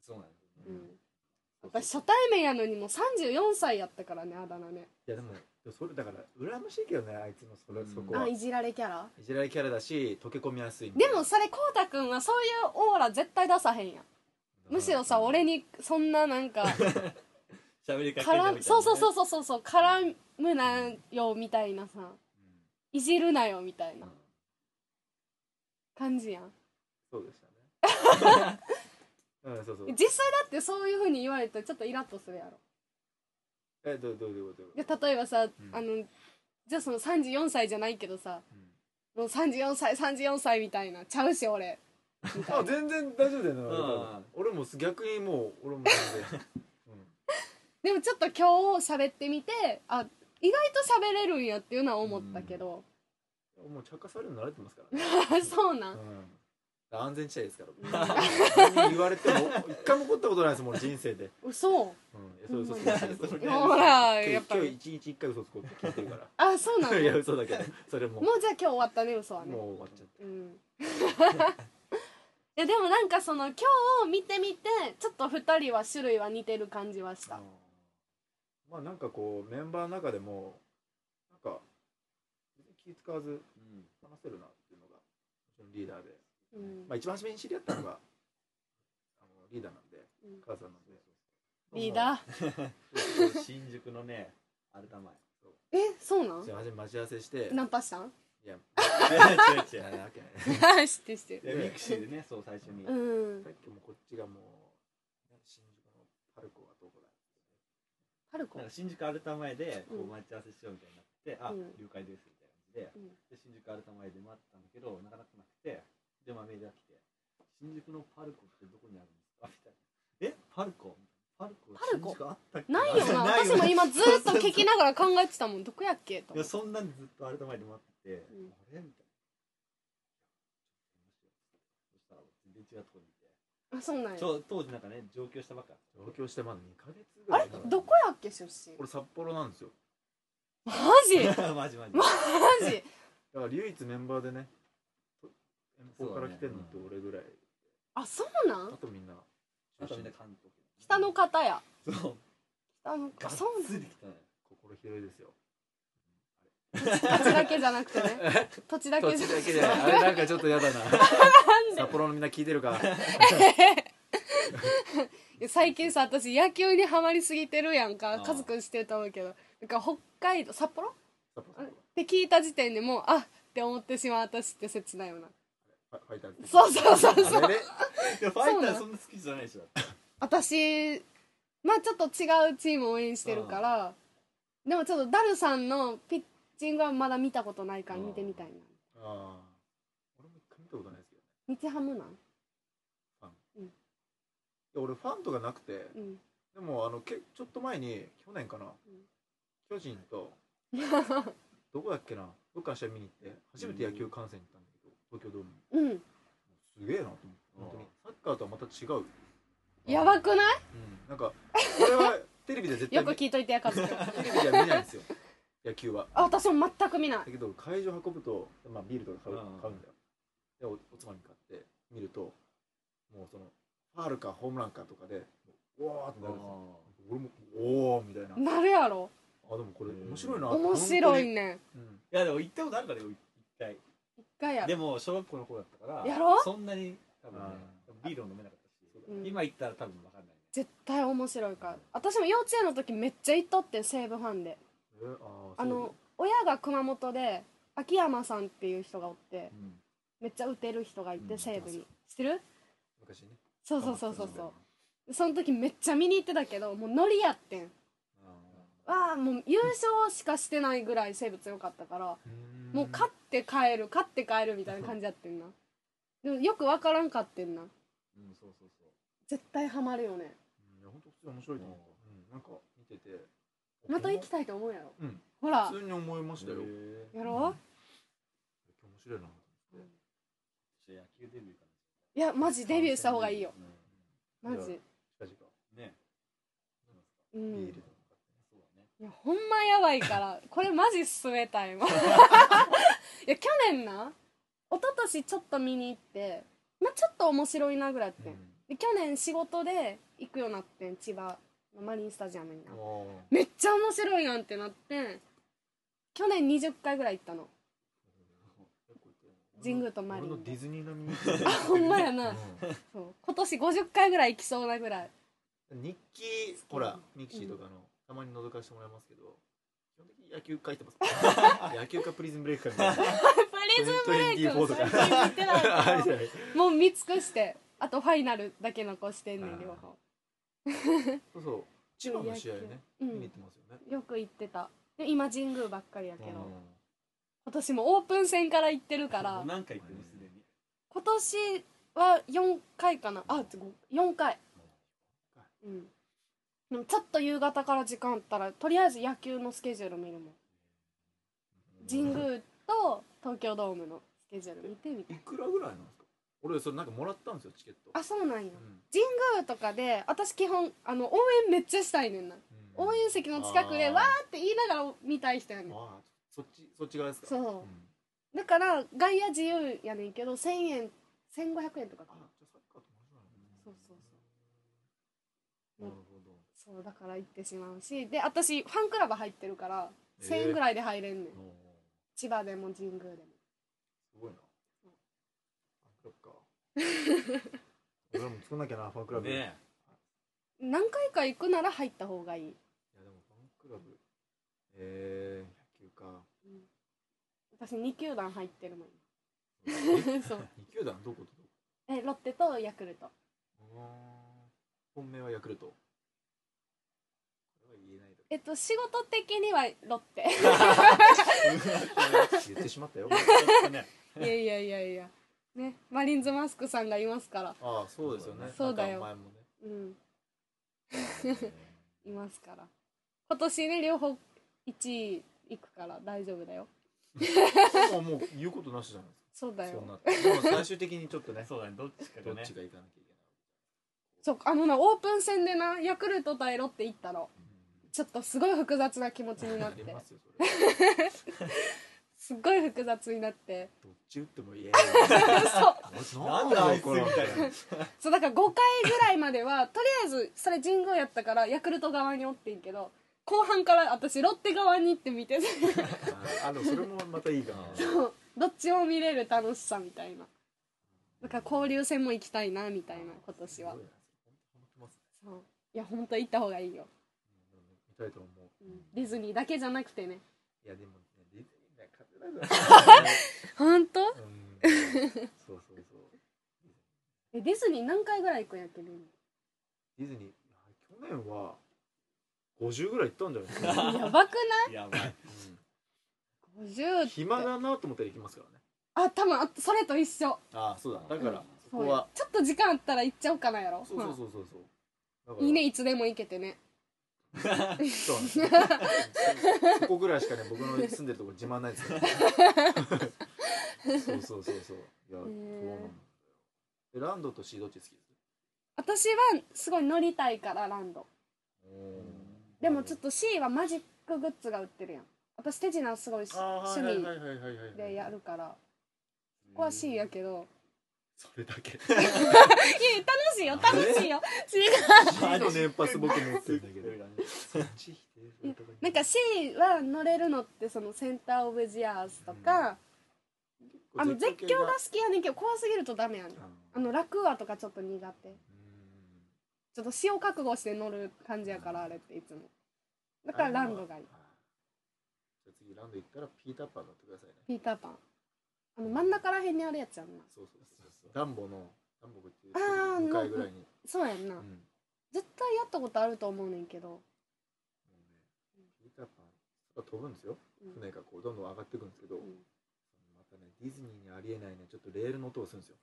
Speaker 3: そうなんです
Speaker 1: うん私初対面やのにもう34歳やったからねあだ名ね
Speaker 2: いやでもそれだから羨ましいけどねあいつのそれ
Speaker 3: うん
Speaker 2: そこ
Speaker 1: あ
Speaker 2: はい
Speaker 1: いじられキャラ
Speaker 2: じられキャラだし溶け込みやすいみた
Speaker 1: で
Speaker 2: いな
Speaker 1: もそれこうたくんはそういうオーラ絶対出さへんやんむしろさ俺にそんななんか
Speaker 3: 喋りかけ
Speaker 1: 絡むそうそうそううそうそうそう絡むなよみたいなさいじるなよみたいな感じやん
Speaker 2: そうでした <laughs> ねうんそうそう
Speaker 1: 実際だってそういうふうに言われたらちょっとイラッとするやろ
Speaker 2: えどうどうどういうことどういう
Speaker 1: で
Speaker 2: こと
Speaker 1: 例えばさ、
Speaker 2: ん
Speaker 1: あのじゃあその34歳じゃないけどさ、もう34歳34歳みたいなちゃうし俺
Speaker 4: あ全然大丈夫だよな、
Speaker 3: うん
Speaker 2: 俺も逆にもう俺も全然
Speaker 1: でもちょっと今日喋ってみてあ意外と喋れるんやっていうのは思ったけど、
Speaker 2: うんもう着火されるの慣れてますからね、
Speaker 1: <laughs> そうな
Speaker 2: うん
Speaker 1: ん
Speaker 2: 安全地帯ですから僕何言われても一回も怒ったことないですもん人生で、
Speaker 1: 嘘
Speaker 2: うん、いやそう嘘
Speaker 1: ほ
Speaker 2: つ
Speaker 1: んま
Speaker 2: きです
Speaker 3: に
Speaker 1: ほら
Speaker 2: 今日
Speaker 1: やっぱ
Speaker 2: 今日
Speaker 1: り
Speaker 2: 一日一回嘘つこうって聞いてるか
Speaker 1: あそうなの
Speaker 2: らいや
Speaker 1: もう
Speaker 2: 嘘だけどそれもも
Speaker 1: じゃあ今日終わったね嘘は
Speaker 2: う
Speaker 1: ね
Speaker 2: 終わっちゃっ
Speaker 1: うん <laughs> いやでもなんかその今日見てみてちょっと2人は種類は似てる感じはしたた
Speaker 2: うんまあなんかこうメンバーの中でもなんか別に気使わず
Speaker 3: うん
Speaker 2: 話せるなっていうのがうちのリーダーで、
Speaker 1: うん
Speaker 2: まあ、一番初めに知り合ったのがあのリーダーなんで
Speaker 1: うん
Speaker 2: 母さんなんで
Speaker 1: リーダー
Speaker 3: 新宿のねアルタ前
Speaker 1: えそうな
Speaker 2: ー
Speaker 1: ん
Speaker 2: じゃあ初め待ち合わせして
Speaker 1: ナンパしたん
Speaker 2: いや
Speaker 3: 違う
Speaker 2: いや
Speaker 3: 違
Speaker 2: いやわけな
Speaker 1: <laughs>
Speaker 2: い
Speaker 1: 知って知って
Speaker 3: ういやミクシーでねそう最初に
Speaker 1: う
Speaker 3: うん
Speaker 1: ん
Speaker 2: さっきもこっちがもう、ね新宿のパルコはどこだ
Speaker 1: パルコ
Speaker 3: なんか新宿アルタ前でこ
Speaker 1: う
Speaker 3: うん待ち合わせしようみたいになって、あ、
Speaker 1: うん
Speaker 3: 了解ですみたいな感じで,、
Speaker 1: うん
Speaker 3: で新宿アルタ前で待ってたんだけどなかなかなくてでまあメールが来て「新宿のパルコってどこにあるんですか?」みたいな「えパルコパルコ
Speaker 1: パルコ
Speaker 3: 新宿あったっけ?」
Speaker 1: ないよな
Speaker 3: <laughs> ない
Speaker 1: 私も今ずっと聞きながら考えてたもんどこやっけと
Speaker 3: いやそんなんずっとアルタ前で待ってて、
Speaker 1: うん
Speaker 3: あれみたいなそしたら全然違うところにいて、
Speaker 1: あそうなんや
Speaker 3: ちょ当時なんかね上京したばっか
Speaker 2: 上京してまだ2ヶ月ぐ
Speaker 1: あ
Speaker 2: ら
Speaker 1: れ
Speaker 2: いかな
Speaker 1: どこやっけ出身
Speaker 2: 俺札幌なんですよ
Speaker 1: マジマ
Speaker 3: マジマジ
Speaker 1: ジ
Speaker 2: だから唯一メンバーでねと遠方から来てんのって俺ぐらい、
Speaker 1: あそうな
Speaker 2: あ
Speaker 1: ん
Speaker 2: とみんな
Speaker 3: あとみんな関東
Speaker 1: 北の方や
Speaker 3: そう
Speaker 1: 北のあそう
Speaker 3: ついてきたのよ
Speaker 2: 心広いですよ
Speaker 1: なん土地だけじゃなくてね土地だ
Speaker 2: 土
Speaker 1: けじ
Speaker 2: 地
Speaker 1: ゃな
Speaker 2: だ
Speaker 1: くて
Speaker 2: けじゃないあれなんかちょっと嫌だな札幌のみんな聞いてるか
Speaker 1: <laughs> いや最近さ私野球にハマりすぎてるやん
Speaker 3: あ
Speaker 1: か
Speaker 3: ー
Speaker 1: カズくん知ってると思うけどなんか北海道札幌
Speaker 2: 札
Speaker 1: あ
Speaker 2: 幌
Speaker 1: れって聞いた時点でもうあって思ってしまう私って切ないよな
Speaker 2: ファファイターズ
Speaker 1: そうそうそうそう
Speaker 2: あれれ
Speaker 3: いやファイターズそんな好きじゃないでしょ
Speaker 1: 私まあちょっと違うチームを応援してるからでもちょっとダルさんのピッチングはまだ見たことないから見てみたいな
Speaker 2: ああ俺も一回見たことないですけどね
Speaker 1: 日ハムなん
Speaker 2: いや俺ファンとかなくて、
Speaker 1: うん
Speaker 2: でもあのけちょっと前に去年かな、巨人とどこだっけなどっかの試合見に行って初めて野球観戦に行ったんだけど東京ドーム
Speaker 1: うん
Speaker 2: すげえなと思って本当にサッカーとはまた違う、
Speaker 1: やばくない
Speaker 2: うん、なんかこれはテレビで絶対
Speaker 1: よく
Speaker 2: 見テ
Speaker 1: 聞いといてやかずあ
Speaker 2: レビでは見ないんですよ野球は
Speaker 1: 私も全く見ない
Speaker 2: だけど会場運ぶと、まあ、ビールとか買う,、
Speaker 3: うん
Speaker 2: 買うんだよでおおつまみ買って見るともうそのファールかホームランかとかでうわーってなるんですよ俺もおーみたいな
Speaker 1: なるやろ
Speaker 2: あでもこれ面白いな
Speaker 1: 面白い
Speaker 2: ね、
Speaker 1: ね
Speaker 2: うん
Speaker 3: いやでも行ったことあるからよ一回
Speaker 1: 一回や
Speaker 3: で
Speaker 1: ろ
Speaker 3: も小学校の頃だったから
Speaker 1: やろ
Speaker 3: そんなに多分ねビールを飲めなかったし
Speaker 1: うん
Speaker 3: 今行ったら多分分かんない
Speaker 1: 絶対面白いから私も幼稚園の時めっちゃ行っとってん西武ファンで
Speaker 2: えーあー
Speaker 1: あの親が熊本で秋山さんっていう人がおって
Speaker 3: うん
Speaker 1: めっちゃ打てる人がいて、
Speaker 3: うん
Speaker 1: 西武に知ってる
Speaker 2: 昔ね
Speaker 1: そうそうそうそうそうその時めっちゃ見に行ってたけどもうノリやってんわあもう優勝しかしてないぐらい西武強かったからもう勝って帰る勝って帰るみたいな感じやってんなでもよくわからんかってんな
Speaker 3: うんそうそうそう
Speaker 1: 絶対ハマるよね
Speaker 2: うんいや本当普通に面白いと思う、うん、なんか見てて
Speaker 1: また行きたいと思うやろ
Speaker 2: うん
Speaker 1: ほら
Speaker 2: 普通に思いましたよ、今
Speaker 3: へえ
Speaker 1: やろ
Speaker 2: 日面白いな
Speaker 3: じゃあ野球デビューか
Speaker 1: いやマジ
Speaker 3: な
Speaker 1: デビューした方がいいよ
Speaker 2: うん
Speaker 1: マジ
Speaker 2: 近
Speaker 3: うんね
Speaker 1: う
Speaker 2: 々
Speaker 1: ん
Speaker 2: ビールとか
Speaker 3: そうだね
Speaker 1: いやほんまやばいからこれマジ進めたい <laughs> もんいや去年な一昨年ちょっと見に行ってまあちょっと面白いなぐらいやってん、で去年仕事で行くようになってん千葉のマリンスタジアムにな
Speaker 2: うん、お
Speaker 1: めっちゃ面白いやんってなってん去年20回ぐらい行ったの神宮とマリ
Speaker 2: 俺
Speaker 1: ン
Speaker 2: の
Speaker 1: で
Speaker 2: ディズニー並 <laughs> みに
Speaker 1: あ <laughs> ほんまやなそう今年50回ぐらい行きそうなぐらい
Speaker 2: うん日記ほらミクシーとかの、たまに覗かせてもらいますけど基本的に野球書いてます <laughs> 野球かプリズンブレイクかみたい
Speaker 1: プ
Speaker 2: な
Speaker 1: リズムブレイクも最近見てないか
Speaker 2: あ
Speaker 1: ら
Speaker 2: れじゃない
Speaker 1: もう見尽くしてあとファイナルだけ残してんねん両方
Speaker 2: そうそう千葉の試合ね
Speaker 1: う
Speaker 2: 見に行っ
Speaker 1: ん
Speaker 2: てますよね、
Speaker 1: よく行ってたで今神宮ばっかりやけど
Speaker 2: うん
Speaker 1: 今年もオープン戦から行ってるから
Speaker 3: 何回行ってるすでに
Speaker 1: 今年は4回かなあ4回うんでもちょっと夕方から時間あったらとりあえず野球のスケジュール見るもん神宮と東京ドームのスケジュール見てみて
Speaker 2: いくらぐらいなんですか俺それなんかもらったんですよチケット
Speaker 1: あそうなんや
Speaker 2: うん
Speaker 1: 神宮とかで私基本あの応援めっちゃしたいねんな応援席の近くで
Speaker 2: あー
Speaker 1: わーって言いながら見たい人やねん
Speaker 2: ああそっちそっち側ですか
Speaker 1: そう
Speaker 2: うん
Speaker 1: だから外野自由やねんけど1000円1500円とか
Speaker 2: あ
Speaker 1: か
Speaker 2: じゃ
Speaker 1: な
Speaker 2: あサッカーと
Speaker 1: そうそう
Speaker 3: なるほど。
Speaker 1: そうそうだから行ってしまうしで私ファンクラブ入ってるから
Speaker 2: えー
Speaker 1: 1000円ぐらいで入れんねん、
Speaker 2: 同じなのおー
Speaker 1: 千葉でも神宮でも
Speaker 2: すごいなファン
Speaker 1: <laughs>
Speaker 2: クラブか俺らも作んなきゃなファンクラブ
Speaker 3: ねえ
Speaker 2: いや
Speaker 1: 何回か行くなら入った方がいい
Speaker 2: でもファンクラブえー野球か <laughs>
Speaker 1: 私2球団入ってるもん <laughs> そう
Speaker 2: 二球団どことどこ
Speaker 1: えロッテとヤクルト
Speaker 2: 本命はヤクルトこれは言えないだ
Speaker 1: えっと仕事的にはロッテ
Speaker 2: ろ言ってしまったよ
Speaker 3: <laughs>
Speaker 1: いやいやいやいや <laughs> ねマリンズマスクさんがいますから
Speaker 2: ああそうですよね
Speaker 1: そうだよ
Speaker 2: なんか前もね
Speaker 1: うん
Speaker 3: え
Speaker 1: いますから今年ね両方1位行くから大丈夫だよ
Speaker 2: もうもう言うことなしじゃないです
Speaker 1: そうだ
Speaker 2: かそ
Speaker 1: よ
Speaker 2: んなでも最終的にちょっと
Speaker 3: ー
Speaker 2: ね
Speaker 3: そうだね、どっちか
Speaker 2: どっ
Speaker 3: がね
Speaker 2: ち。がいかなきゃいけない
Speaker 1: そうあのなオープン戦でなヤクルト対ロッテ行ったのちょっとすごい複雑な気持ちにな
Speaker 2: あ
Speaker 1: って <laughs>
Speaker 2: りますよそれ
Speaker 1: すっごい複雑になって
Speaker 2: どっち打っても言え
Speaker 1: 嘘
Speaker 2: な
Speaker 3: なんだあいつみたいな
Speaker 1: そうだから5回ぐらいまではとりあえずそれ神宮やったからヤクルト側におってんけど後半から私ロッテ側に行って見て <laughs>
Speaker 2: あでもそれもまたいいかな
Speaker 1: そうどっちも見れる楽しさみたいなだから交流戦も行きたいなみたいな今年は
Speaker 2: すごいな本当ハマってますね
Speaker 1: そういや本当行った方がいいよ、
Speaker 2: 見たいと思
Speaker 1: う
Speaker 2: う
Speaker 1: んディズニーだけじゃなくてね
Speaker 2: いやでもねディズニーが勝てなくなる
Speaker 1: 本当
Speaker 2: うんそうそうそう
Speaker 1: えディズニー何回ぐらい行くんやっけね
Speaker 2: ディズニー去年は50ぐらい行ったんじゃないです
Speaker 1: や
Speaker 2: か、
Speaker 1: ばくない
Speaker 3: やばい。
Speaker 2: う
Speaker 1: 50
Speaker 2: ん、
Speaker 1: って
Speaker 2: 暇だなと思ったら行きますからね
Speaker 1: あ多分あそれと一緒
Speaker 2: ああそうだだから
Speaker 1: うん
Speaker 2: そこ
Speaker 1: そ
Speaker 2: は
Speaker 1: うやちょっと時間あったら行っちゃおうかなやろ
Speaker 2: そうそう
Speaker 1: ま
Speaker 2: そうそうそうだか
Speaker 1: あ
Speaker 2: ら
Speaker 1: いいねいつでも行けてね
Speaker 2: そうなんですよそこぐらいしかね僕の住んでるところ自慢ないですから、そうそうそうそういやそうなんだよえランドとシーどっち好きです
Speaker 1: 私はすごい乗りたいからランドでもちょっ
Speaker 2: と
Speaker 1: と C はマジックグッズが売ってるやん私手品すごいし趣味
Speaker 2: いはいはいはい
Speaker 1: でやるからここは C やけど
Speaker 2: それだけ
Speaker 1: いや楽しいよ楽しいよ違
Speaker 2: C の年パス僕持ってるんだけどそっち否定するとこに
Speaker 1: うなんか C は乗れるのってそのセンターオブジアーズとかあの絶叫が好きやねんけど怖すぎるとダメやねんあのラクーアとかちょっと苦手
Speaker 2: うん
Speaker 1: ちょっと死を覚悟して乗る感じやからあれっていつもだからランドがいい
Speaker 2: じゃあ次ランド行ったらピーターパン乗ってくださいね
Speaker 1: ピーターパンあの真ん中らへんにあるやつやんな
Speaker 2: そうそうそうそうダンボのダンボって
Speaker 1: あー
Speaker 2: 向かいぐらいに
Speaker 1: そうやんな、
Speaker 2: うんもうね
Speaker 1: 絶対やったことあると思うねんけど、
Speaker 2: ピーターパン空飛ぶんですよ
Speaker 1: うん
Speaker 2: 船がこうどんどん上がってくんですけど
Speaker 1: うん
Speaker 2: またねディズニーにありえないねちょっとレールの音がするんですよ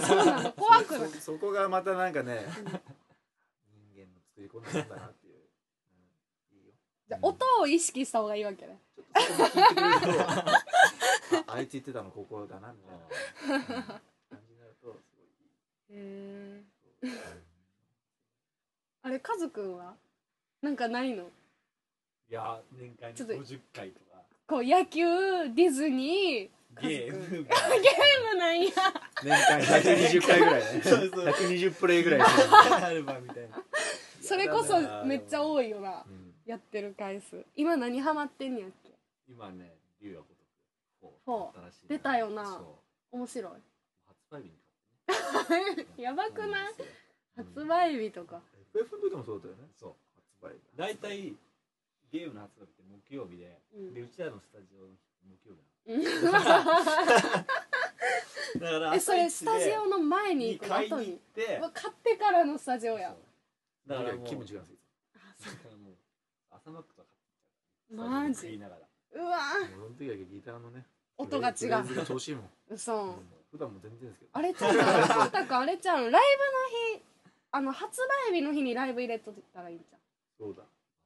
Speaker 1: そうなの怖くない
Speaker 2: そそこがまたなんかね
Speaker 1: うん
Speaker 2: 人間の作り込んだんだなっていう、うん、いいよ
Speaker 1: じゃあ音を意識した方がいいわけね
Speaker 2: ちょっとそこも聞いてくれるとああいつ言ってたのここだなみたいな感じになるとすごいいい
Speaker 1: へえあれカズくんはなんかないの
Speaker 3: いや、年間に
Speaker 1: ちょっと
Speaker 3: 50回とか。
Speaker 1: こう野球ディズニー
Speaker 3: ゲーム
Speaker 1: で
Speaker 3: が。
Speaker 1: もないや
Speaker 2: 年間120回ぐらいね
Speaker 3: そうそう
Speaker 2: 120プレイぐらいする
Speaker 3: あればみたいな。
Speaker 1: それこそめっちゃ多いよな
Speaker 2: うん
Speaker 1: やってる回数今何ハマってんねやっけ
Speaker 3: 今ね、竜がごとく。こ
Speaker 1: ほう
Speaker 3: 新しい
Speaker 1: 出たよな
Speaker 3: そ。
Speaker 1: 面白いう
Speaker 3: 発売日に買ってね。
Speaker 1: <laughs> やばくない
Speaker 3: そうんですよ
Speaker 1: 発売日とか
Speaker 2: FF の時もそうだよね
Speaker 3: そう。
Speaker 2: 発売
Speaker 3: 大体ゲームの発売日って木曜日で、
Speaker 1: うん
Speaker 3: でうちらのスタジオの木曜日 <laughs>
Speaker 1: うん
Speaker 3: なのだから
Speaker 1: えそれス
Speaker 3: 朝
Speaker 1: タ
Speaker 3: 一で
Speaker 1: ジオの前に
Speaker 3: に
Speaker 1: 行くの
Speaker 3: 買いに
Speaker 1: 後
Speaker 3: 行っ
Speaker 1: に
Speaker 3: て
Speaker 1: うわ買ってからのスタジオ
Speaker 3: そう
Speaker 1: や
Speaker 3: だからもう
Speaker 2: 気分違うんですよ
Speaker 3: だからもう朝マックとか買
Speaker 1: マ
Speaker 3: ってきちゃうスタジオで食い
Speaker 1: ジ
Speaker 3: ながら
Speaker 1: うわ
Speaker 2: もうその時だけギターのね
Speaker 1: 音が違
Speaker 2: フレーズ
Speaker 1: う
Speaker 2: が調子いいもん
Speaker 1: 嘘
Speaker 2: 普段も全然ですけど
Speaker 1: あれちゃんだ全くあれちゃんライブの日あの発売日の日にライブ入れとったらいいんじゃん
Speaker 2: そうだ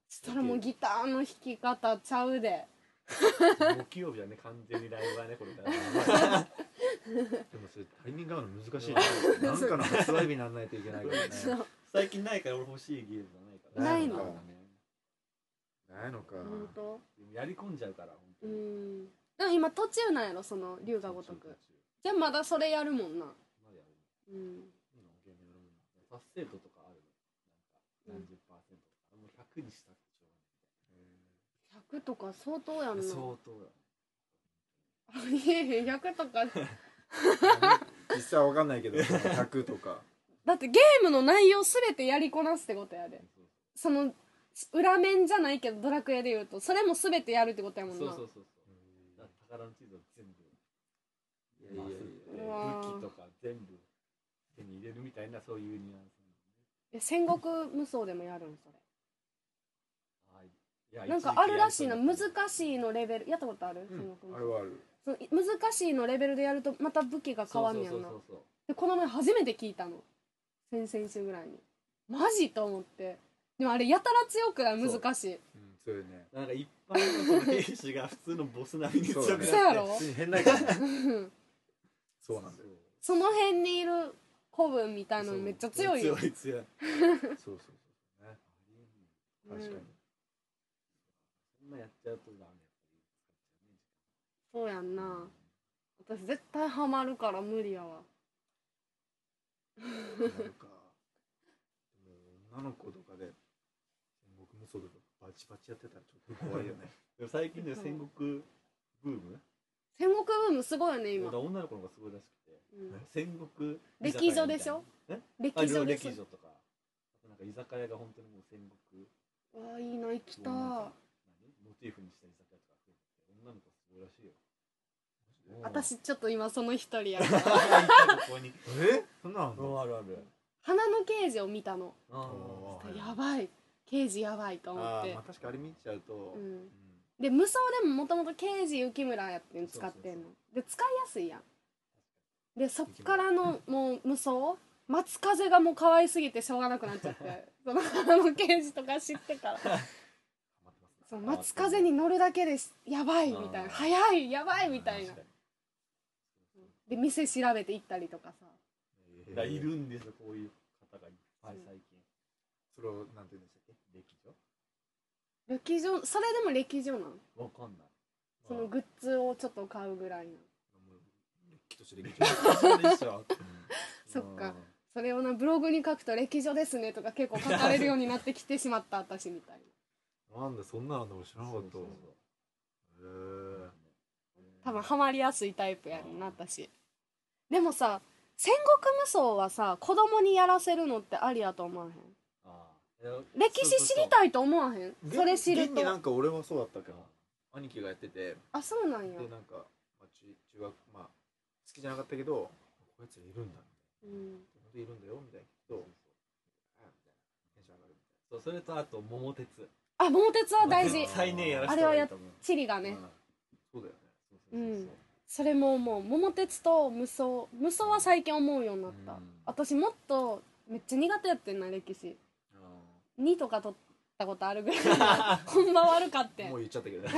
Speaker 1: そしたらもうギターの弾き方ちゃうで
Speaker 2: 木曜日はね完全にライブはねこれからでもそれタイミング合うの難しいねなんかの発売日にならないといけないからね
Speaker 1: <laughs> そう
Speaker 3: 最近ないから俺欲しいゲームがないから
Speaker 1: ないの
Speaker 3: か
Speaker 4: ないのか
Speaker 1: 本当
Speaker 3: やり込んじゃうから
Speaker 1: う
Speaker 3: 本当に
Speaker 1: んでも今途中なんやろその龍が如くじゃあまだそれやるもんな
Speaker 3: まだやる
Speaker 1: うん
Speaker 3: 今のゲームやるの達成度とかあるのなんか何十パーセントとかもう100にしたくてしょう
Speaker 1: 100とか相当やん
Speaker 3: がな
Speaker 1: ない
Speaker 3: 相当だ
Speaker 1: いえいえ100とか
Speaker 4: 実際わかんないけどその100とか
Speaker 1: だってゲームの内容すべてやりこなすってことやでその裏面じゃないけどドラクエで言うとそれもすべてやるってことやもん
Speaker 3: そ
Speaker 1: な
Speaker 3: うそうそうそうだから宝の地図を全部
Speaker 2: いやいやいや
Speaker 1: うわー
Speaker 3: 武器とか全部手に入れるみたいなそういうニュアンス
Speaker 1: え戦国無双でもやるんそれ
Speaker 3: はいいや
Speaker 1: なんかあるらしいな難しいのレベルやったことある、
Speaker 4: うん
Speaker 1: 戦国無
Speaker 4: あ
Speaker 1: 双
Speaker 4: るはある
Speaker 1: その難しいのレベルでやるとまた武器が変わんねやんな
Speaker 3: そうそうそうそう
Speaker 1: でこの前初めて聞いたの先々週ぐらいにマジと思ってでもあれやたら強くない
Speaker 3: そう
Speaker 1: 難しい
Speaker 4: うんそうよね
Speaker 3: なんか一般のその兵士が普通のボス並みに強くなって
Speaker 1: そうやろ
Speaker 4: 普通に変なけどね
Speaker 3: <laughs>
Speaker 1: うん
Speaker 4: そうなんだよ
Speaker 1: <laughs> その辺にいる古文みたいなのめっちゃ強いよ、
Speaker 3: 強い強い
Speaker 4: そうそうそうね
Speaker 1: うん
Speaker 4: 確かに
Speaker 3: そんなやっちゃうとダメやっ
Speaker 1: そうやんな私絶対ハマるから無理やわ
Speaker 2: なんかでも女の子とかで戦国無双とかバチバチやってたらちょっと怖いよね
Speaker 3: でも最近の戦国ブーム
Speaker 1: 戦国ブームすごいよね今、
Speaker 3: まだ女の子の方がすごいらしくて
Speaker 1: うん
Speaker 3: 戦国居酒
Speaker 1: 歴女
Speaker 3: 屋みたいな
Speaker 1: でしょ
Speaker 3: えあ
Speaker 1: 歴
Speaker 3: 歴女
Speaker 1: 女で
Speaker 3: 歴
Speaker 1: す
Speaker 3: 女とかあとなんか居酒屋が本当にもう戦国
Speaker 1: わあいいな行きたい
Speaker 3: をなんか何モチーフにした居酒屋とか増えてて女の子すごいらしいよ <laughs>
Speaker 1: 私ちょっと今その一人や
Speaker 3: ここに
Speaker 2: えそんなのあんの
Speaker 3: あるある
Speaker 1: 花の刑事を見たの
Speaker 3: あ
Speaker 2: あー
Speaker 1: やばい刑事やばいと思っ
Speaker 2: あー
Speaker 1: て
Speaker 2: まあ、確かあれ見ちゃうと、
Speaker 1: う
Speaker 2: うん
Speaker 1: ん、で無双でももともと刑事浮村やってん使ってんの
Speaker 3: そ
Speaker 1: で使いやすいやんでそっからのもう無双松風がもう可愛すぎてしょうがなくなっちゃってその花の刑事とか知ってから
Speaker 3: ハマってますね
Speaker 1: その松風に乗るだけですやばいみたいな早いやばいみたいな
Speaker 3: 確か
Speaker 1: で店調べて行ったりとかさ
Speaker 2: え
Speaker 3: に
Speaker 2: ー
Speaker 3: だからいるんですよこういう方がいっぱい最近
Speaker 2: それをなんて言うんでしたっけ
Speaker 3: 歴
Speaker 1: 歴女それでも歴女なの
Speaker 3: 女わかんない
Speaker 1: そのグッズをちょっと買うぐらいの
Speaker 2: もうれっきとしてれっきとして
Speaker 3: <laughs> でしょ
Speaker 1: そっかそれをなブログに書くと歴女ですねとか結構書かれるようになってきてしまった私みたいな
Speaker 2: なんだそんなの俺知らなかったわへー
Speaker 1: <laughs> 多分ハマりやすいタイプやろな私でもさ戦国無双はさ子供にやらせるのってありやと思わへん歴史知り
Speaker 3: い
Speaker 1: たいと思わへんそれ知る
Speaker 2: 現にな
Speaker 1: と
Speaker 2: んか俺もそうだったけど兄貴がやってて
Speaker 1: あそうなんや
Speaker 2: でなんか、まあ、中中学まあ好きじゃなかったけどこいついるんだ
Speaker 1: うん
Speaker 2: 本当いるんだよみたいな聞くとあーみたいなテンション上がる
Speaker 3: そうそれとあと桃鉄
Speaker 1: あ桃鉄は大事
Speaker 3: 絶対ねやらせ
Speaker 1: あれはやっ
Speaker 3: と思う
Speaker 1: 地理がね
Speaker 3: うん
Speaker 2: そうだよね
Speaker 3: そうそうそうそう
Speaker 1: それももう桃鉄と無双無双は最近思うようになった、
Speaker 3: うん
Speaker 1: 私もっとめっちゃ苦手やってんな歴史2とか取ったことあるぐらい <laughs> ほんま悪かってん
Speaker 2: もう言っちゃったけどね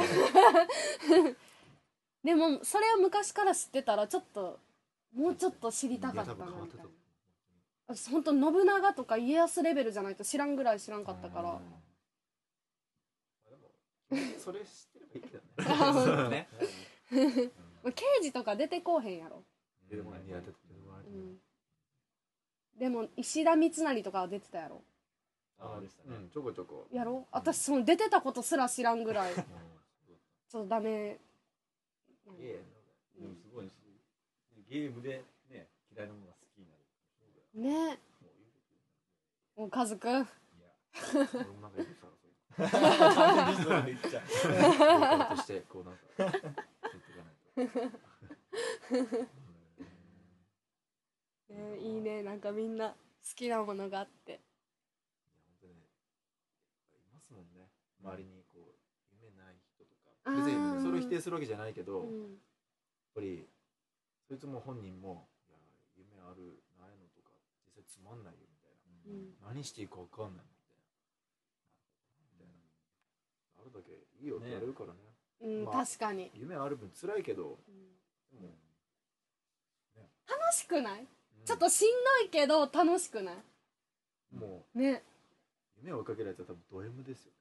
Speaker 1: でもそれを昔から知ってたらちょっともうちょっと <laughs> 知りたかった
Speaker 2: いや多分
Speaker 1: な
Speaker 2: 変わっ
Speaker 1: み
Speaker 2: て
Speaker 1: た
Speaker 2: た
Speaker 1: いな
Speaker 2: と思う
Speaker 1: 私本当信長とか家康レベルじゃないと知らんぐらい知らんかったから
Speaker 2: まあでもそれ知ってればいいけど <laughs> ね
Speaker 1: <laughs>
Speaker 3: そうね
Speaker 1: まあ <laughs> 刑事とか出てこうへんやろ、
Speaker 2: 出てもらえて出てもらえ
Speaker 1: う
Speaker 2: て
Speaker 1: ん、でも石田三成とかは出てたやろ
Speaker 3: ああでしたね
Speaker 2: うんちょこちょこ
Speaker 1: やろ私その出てたことすら知らんぐ <laughs> らいちょっとダメ
Speaker 3: いやいやでもすごいですゲームでね嫌いなものが好きになる
Speaker 1: ねもうカズくん
Speaker 2: 俺もなんか言ってたらそう
Speaker 3: 完全にそう言っちゃう
Speaker 2: いうことしてこう <laughs> なんか言っていかないと
Speaker 1: ねいいねなんかみんな好きなものがあって
Speaker 2: いや本当ねいますもんね周りにこう夢ない人とか
Speaker 1: あー
Speaker 2: 別にそれを否定するわけじゃないけど、
Speaker 1: う
Speaker 2: やっ
Speaker 1: ん
Speaker 2: ぱりそいつも本人も「いや夢あるないの?」とか実際つまんないよみたいな
Speaker 1: うん
Speaker 2: 何していいか分かんないみたいなみたいなあるだけいいよって言われるからね
Speaker 1: うん、
Speaker 2: まあ
Speaker 1: 確かに、
Speaker 2: 夢ある分辛いけど
Speaker 1: うん
Speaker 2: でも、
Speaker 1: 楽しくない
Speaker 2: うん
Speaker 1: ちょっとしんどいけど楽しくない
Speaker 2: も
Speaker 1: ね
Speaker 2: う夢を追いかけるやつは多分ド M ですよ、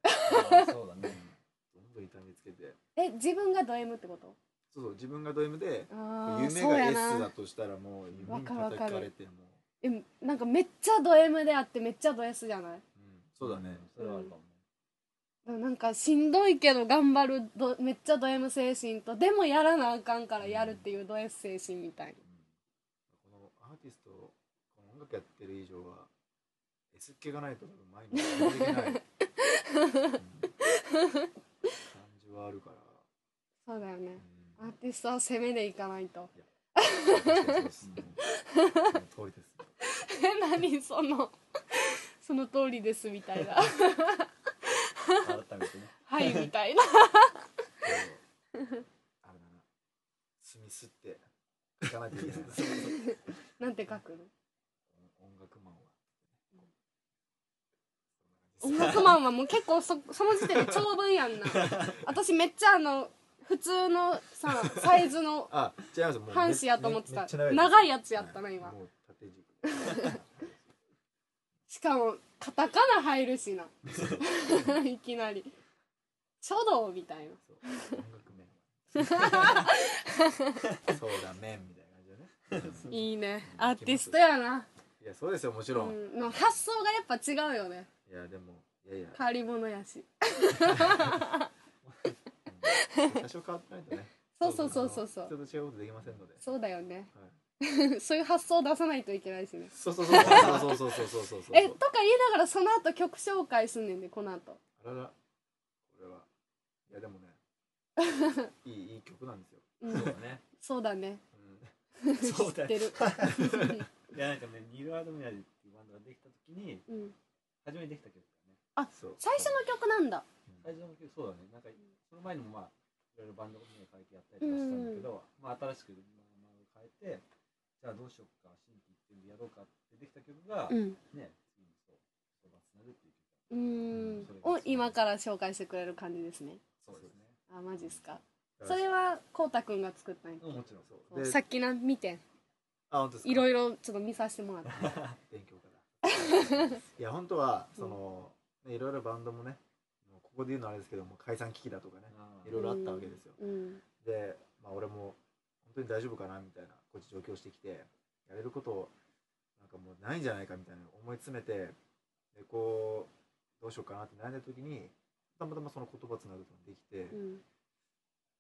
Speaker 3: そうだね。
Speaker 2: どんどん痛みつけて
Speaker 1: え自分がド M ってこと
Speaker 2: そうそう自分がド M で
Speaker 1: ああ
Speaker 2: 夢
Speaker 1: そう
Speaker 2: が
Speaker 1: や
Speaker 2: S だ
Speaker 1: な
Speaker 2: としたらもう夢
Speaker 1: わ
Speaker 2: に
Speaker 1: かるわ
Speaker 2: 叩
Speaker 1: かる
Speaker 2: かれても
Speaker 1: えなんかめっちゃド M であってめっちゃド S じゃない
Speaker 2: うんそうだね、
Speaker 3: それはあるかもね。
Speaker 1: なんかしんどいけど頑張るどめっちゃド M 精神とでもやらなあかんからやるっていうド S 精神みたい
Speaker 2: このアーティストこの音楽やってる以上は S っ気がないと前に進んでいけない、うん感じはあるから、
Speaker 1: なそうだよね
Speaker 2: う
Speaker 1: ア
Speaker 2: ん
Speaker 1: ーティストは攻めでいかないと <laughs>
Speaker 2: 確かにそうですねその通りです
Speaker 1: え何その <laughs> その通りですみたい <laughs> な
Speaker 3: 改めてね。
Speaker 1: はいみたいな
Speaker 2: けどあれだな住みすっていかなきゃいけないな
Speaker 1: なんて書くの
Speaker 2: 音楽マンは
Speaker 1: 音楽マンはもう結構そその時点で長文やんな私めっちゃあの普通のさサイズの
Speaker 2: あ違いますもうめ
Speaker 1: 半紙やと思って
Speaker 2: め
Speaker 1: た
Speaker 2: ちゃ
Speaker 1: 長いやつやったな今
Speaker 2: もう縦軸
Speaker 1: しかもカタカナ入るしな <laughs> いきなり書道みたいな
Speaker 2: そう音楽面
Speaker 1: <laughs>
Speaker 2: そうだ面みたいな感じだね
Speaker 1: いいねアーティストやな、
Speaker 2: いやそうですよもち
Speaker 1: う
Speaker 2: ろん、い
Speaker 1: ん、の発想がやっぱ違うよね
Speaker 2: やでもいやいや
Speaker 1: 変わり者やし
Speaker 2: 多少変わってないとね
Speaker 1: <laughs> そうそうそうそうそ
Speaker 2: あの
Speaker 1: う
Speaker 2: 人と違うことできませんので、はい、
Speaker 1: そうだよね <laughs> そういう発想を出さないといけないしね
Speaker 2: そうそうそうそうそうそうそう
Speaker 1: <laughs>
Speaker 2: そうそうそう
Speaker 1: えとか言いながらその後曲紹介すんねんでこの後
Speaker 2: あららこれはいや
Speaker 1: <laughs>
Speaker 2: でもねいいいい曲なんですよ、
Speaker 1: うん
Speaker 3: そうだね。
Speaker 1: そうだね
Speaker 2: う
Speaker 3: そう
Speaker 1: 知
Speaker 3: だ
Speaker 1: っ
Speaker 3: ね
Speaker 1: て。る
Speaker 2: <laughs>
Speaker 3: いやなんかね、ニル・アドミラルっていうバンドができた時に、
Speaker 1: うん
Speaker 3: 初めにできた曲だね。
Speaker 2: ん、そう
Speaker 1: 最初の曲なんだ
Speaker 3: 最初の曲、そうだね。なんか、その前にもまあ、いろいろバンドの名変えてやったりとかしたんだけど、まあ、新しく名前を変えて、じゃあどうしようか、新規一点でやろうかってできた曲が、
Speaker 1: う
Speaker 3: ね、
Speaker 1: ん
Speaker 3: 次にそう、そうだ、つなぐっていう
Speaker 1: うーんを今から紹介してくれる感じですね
Speaker 3: 曲。そうですね。
Speaker 1: あマジっすかそれはこうたくんが作ったんや
Speaker 3: うんもちろん。
Speaker 2: そうで
Speaker 1: さっきな見てん
Speaker 2: あ本当ですか
Speaker 1: いろいろちょっと見させてもらった
Speaker 2: 勉強から <laughs> いや本当はその、ねいろいろバンドもねもうここで言うのはあれですけどもう解散危機だとかね
Speaker 3: あー
Speaker 2: いろいろあったわけですよ
Speaker 1: うん
Speaker 2: で、まあ、俺も本当に大丈夫かなみたいなこっち上京してきてやれることなんかもうないんじゃないかみたいな思い詰めてでこうどうしようかなって悩んだ時にたまたまその言葉つなぐことができて
Speaker 1: う、ん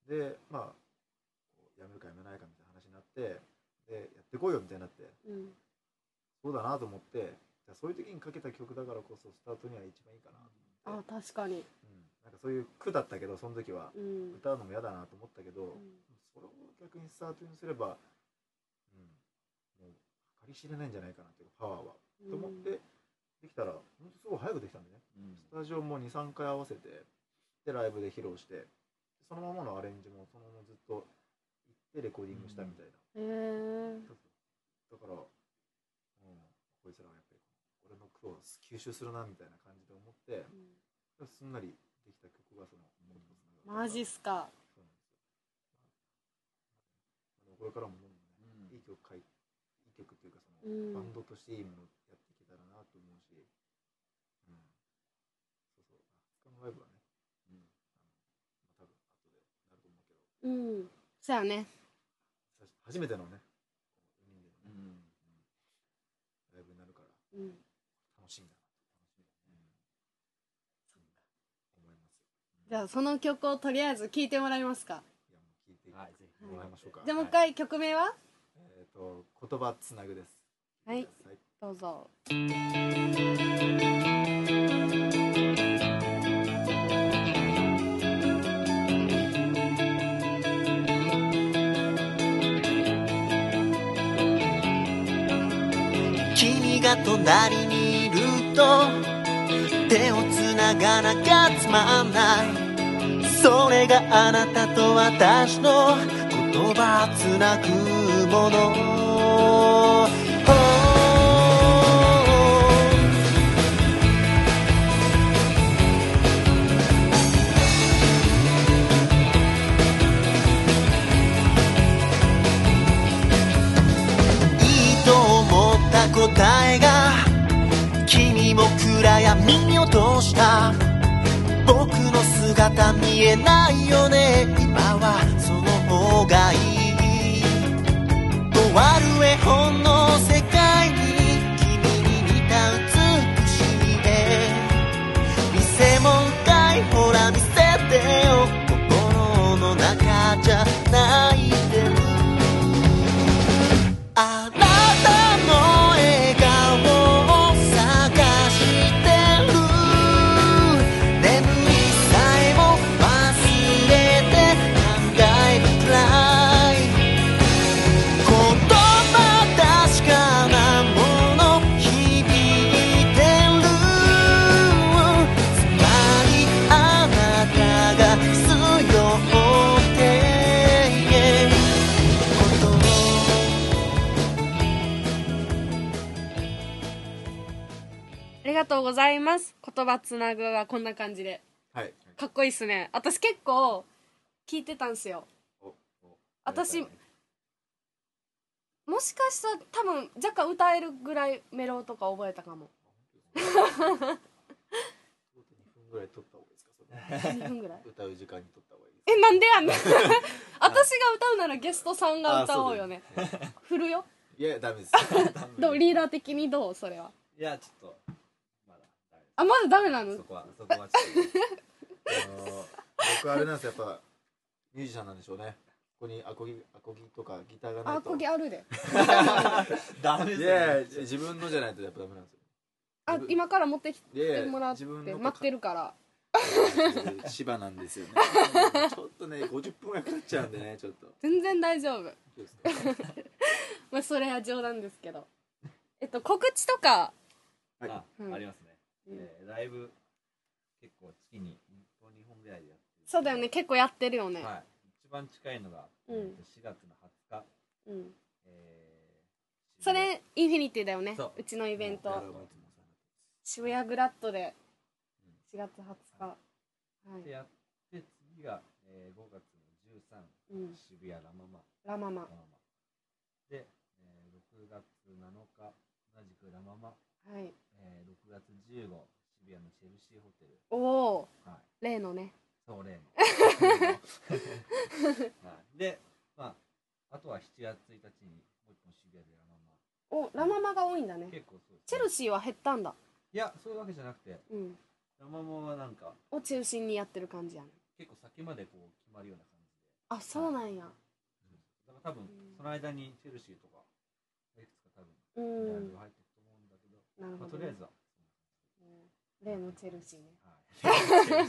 Speaker 2: でまあこうやめるかやめないかみたいな話になってでやってこいよみたいになって
Speaker 1: うん
Speaker 2: そうだなと思ってじゃあそういう時にかけた曲だからこそスタートには一番いいかなと
Speaker 1: あ
Speaker 2: 思って、
Speaker 1: 確かに
Speaker 2: うん、なんかそういう苦だったけどその時は
Speaker 1: うん
Speaker 2: 歌うのも嫌だなと思ったけど、
Speaker 1: うん
Speaker 2: それを逆にスタートにすれば、うん、もう計り知れないんじゃないかなっていうパワーは、と思ってできたら本当すごい早くできたんでねスタ
Speaker 3: うん
Speaker 2: ジオも23回合わせてでライブで披露してそのままのアレンジもそのままずっと行ってレコーディングしたみたい
Speaker 1: へえ
Speaker 2: な、だから、うん、こいつらはやっぱり俺の苦を吸収するなみたいな感じで思ってすんなりできた曲がその言葉つなが
Speaker 1: マジっす
Speaker 2: そう
Speaker 1: か
Speaker 2: なんですよまあでもこれからもどんどんね
Speaker 3: う
Speaker 2: い
Speaker 3: ん
Speaker 2: い曲書いいい曲っていうかそ
Speaker 1: う
Speaker 2: の、
Speaker 1: ん
Speaker 2: バンドとしていいものやっていけたらなと思うし、うん、そうそうあこのライブはね、うんあのまあ、多分後でなると思う
Speaker 1: うん
Speaker 2: けど
Speaker 1: そやね
Speaker 2: さ初めてのね4人での
Speaker 3: う
Speaker 2: ね
Speaker 3: ん
Speaker 2: ライブになるから
Speaker 1: うん
Speaker 2: 楽しみだなと思いますよ
Speaker 1: じゃあその曲をとりあえず聴いてもらえますか
Speaker 2: いやもう聞いて
Speaker 3: はい、ぜひ。
Speaker 2: もらいましょうか、
Speaker 1: じゃあもう一回曲名は
Speaker 2: えっ、と言葉つなぐです
Speaker 1: はい
Speaker 2: ください
Speaker 1: どうぞ
Speaker 5: 君が隣にいると手をつながなきゃつまんないそれがあなたと私の言葉つなぐもものいいと思った答えが君も暗闇に落とした僕の姿見えないよね今はその方がいいとある絵本の世界に君に似た美しい絵偽物かいほら見せてよ心の中じゃ泣いてるあなたの笑顔を探してる眠りさえも忘れて考えるくらい言葉確かなもの響いてるつまりあなたが強くてこと
Speaker 1: ありがとうございます言葉つなぐはこんな感じで
Speaker 2: はい
Speaker 1: かっこいいっすね私結構聞いてたんすよ
Speaker 2: <laughs>
Speaker 1: 私もしかしたら多分若干歌えるぐらいメロとか覚えたかも
Speaker 2: 2分ぐらい取った方が
Speaker 1: <laughs>
Speaker 2: いいですかそれ
Speaker 1: 2分ぐらい
Speaker 2: 歌う時間に取った方がいいです
Speaker 1: えなんでやん <laughs> 私が歌うならゲストさんが歌おうよね振るよ
Speaker 2: いやいやダメです
Speaker 1: <laughs> どうリーダー的にどうそれはい
Speaker 3: やちょっとまだダメ
Speaker 1: あまだダメな
Speaker 3: です
Speaker 1: の
Speaker 3: そこはそこはちょっと
Speaker 2: あの僕あれなんですよやっぱミュージシャンなんでしょうねここにアコギアコギとかギターがない
Speaker 1: あ
Speaker 2: と
Speaker 1: こぎあるで
Speaker 3: ダメ
Speaker 2: い
Speaker 3: で
Speaker 2: やいや
Speaker 3: すね
Speaker 2: 自分のじゃないとやっぱダメなんですよ
Speaker 1: あ今から持ってき
Speaker 2: いや
Speaker 1: て
Speaker 2: いや
Speaker 1: もらって
Speaker 2: 自分の
Speaker 1: 待ってるから
Speaker 2: 芝なんですよねちょっとね50分ぐらいかかっちゃうんでねちょっと
Speaker 1: 全然大丈夫
Speaker 2: どうですか
Speaker 1: まあそれは冗談ですけどえっと告知とか
Speaker 2: はい
Speaker 3: あ
Speaker 1: うん
Speaker 3: ありますねえーライブ結構月に1本2本ぐらいでやってる
Speaker 1: そうだよね結構やってるよね、
Speaker 3: はい一番近いのが
Speaker 1: うん
Speaker 3: 4月の20日
Speaker 1: うん、
Speaker 3: えー
Speaker 1: それインフィニティだよね
Speaker 3: そう
Speaker 1: うちのイベン
Speaker 3: な
Speaker 1: ト
Speaker 3: るほど
Speaker 1: 渋谷グラッドで4月20日はい
Speaker 3: でやって次が、えー、5月の13、
Speaker 1: うん、
Speaker 3: 渋谷ラママ
Speaker 1: ラママ
Speaker 3: ラママで、えー、6月7日同じくラママ、
Speaker 1: はい
Speaker 3: えー、6月15渋谷のチェルシーホテル
Speaker 1: おお
Speaker 3: はい
Speaker 1: 例のね
Speaker 3: そう例
Speaker 1: <laughs>
Speaker 3: の <laughs> はいでまああとは7月1日にもう一本渋谷でラママ
Speaker 1: おラママが多いんだね
Speaker 3: 結構そうですね
Speaker 1: チェルシーは減ったんだ
Speaker 3: いやそういうわけじゃなくて
Speaker 1: うん
Speaker 3: ラママはなんか
Speaker 1: を中心にやってる感じやね
Speaker 3: 結構先までこう決まるような感じで
Speaker 1: あそうなんや
Speaker 3: だから多分その間にチェルシーとかいくつか多分
Speaker 1: う
Speaker 3: ライブが入ってくると思うんだけど、
Speaker 1: んなる
Speaker 3: ま
Speaker 1: ほ
Speaker 3: あ、
Speaker 1: ど
Speaker 3: とりあえ
Speaker 1: ね <laughs>
Speaker 3: ずは、
Speaker 1: うん例のチェルシーね
Speaker 3: は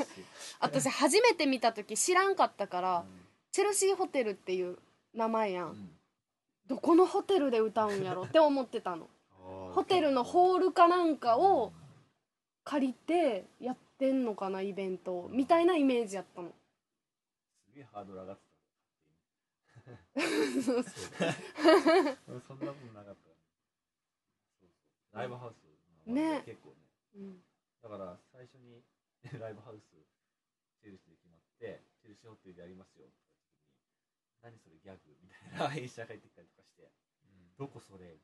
Speaker 3: い、
Speaker 1: 私初めて見た時知らんかったから <laughs>
Speaker 3: う
Speaker 1: チェルシーホテルっていう名前やん
Speaker 3: ん
Speaker 1: どこのホテルで歌うんやろって思ってた
Speaker 3: <laughs>
Speaker 1: のホテルのホールかなんかを借りてやってんのかなイベントみたいなイメージや
Speaker 3: <laughs>
Speaker 1: ったの
Speaker 3: すげえハードル上がって
Speaker 1: そう
Speaker 3: た。そんなことなかった。そうそうライブハウス、
Speaker 1: ね
Speaker 3: 結構ね。
Speaker 1: うん
Speaker 3: だから最初に <laughs> ライブハウスチェルシーで決まって、チェルシーホテルでやりますよって言った時に、何それギャグみたいな <laughs> 演者が入ってきたりとかして、どこそれみたい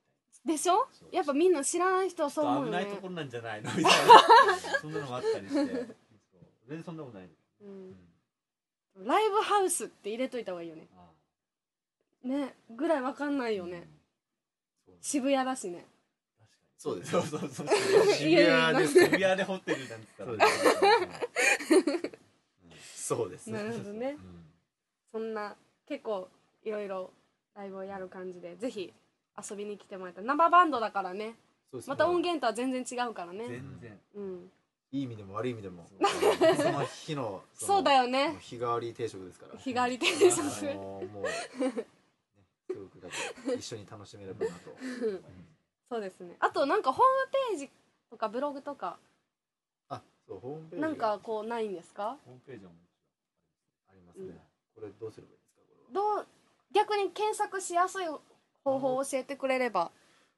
Speaker 3: な。
Speaker 1: でしょ
Speaker 3: そう
Speaker 1: やっぱみんな知らない人は
Speaker 3: ち
Speaker 1: そう
Speaker 3: ょっ
Speaker 1: 思
Speaker 3: と
Speaker 1: う
Speaker 3: 危
Speaker 1: よ
Speaker 3: ない
Speaker 1: ね
Speaker 3: ところなんじゃないのみたい
Speaker 1: <laughs>
Speaker 3: なそんなのもあったりしてそう全然そんなことないんだけ
Speaker 1: うんライブハウスって入れといた方がいいよね
Speaker 3: どああ
Speaker 1: ねぐらいわかんないよね渋谷だしね
Speaker 2: そうです
Speaker 3: そ
Speaker 1: <laughs>
Speaker 3: うそうそう
Speaker 1: いやいや
Speaker 3: 渋谷でホテルなんて言ったら
Speaker 2: そうです
Speaker 1: なるほどね
Speaker 3: うん
Speaker 1: そんな結構いろいろライブをやる感じでぜひ遊びに来てもらいたい生バンドだからね
Speaker 2: そうです
Speaker 1: また音源とは全然違うからね
Speaker 3: 全然
Speaker 1: うん
Speaker 2: いい意味でも悪い意味でも
Speaker 3: そう
Speaker 2: その日のの
Speaker 1: そうだよね
Speaker 2: 日替わり定食ですから
Speaker 1: 日替わり定食
Speaker 2: あのーもう、ね、すごくだけ一緒に楽しめればなと
Speaker 1: <laughs> そうですねあとなんかホームページとかブログとか
Speaker 2: あそうホームページが
Speaker 1: なんかこうないんですか
Speaker 3: ホームページはも
Speaker 2: ありますねこれどうすればいいですかこれは
Speaker 1: どう逆に検索しやすい方法を教えてくれれば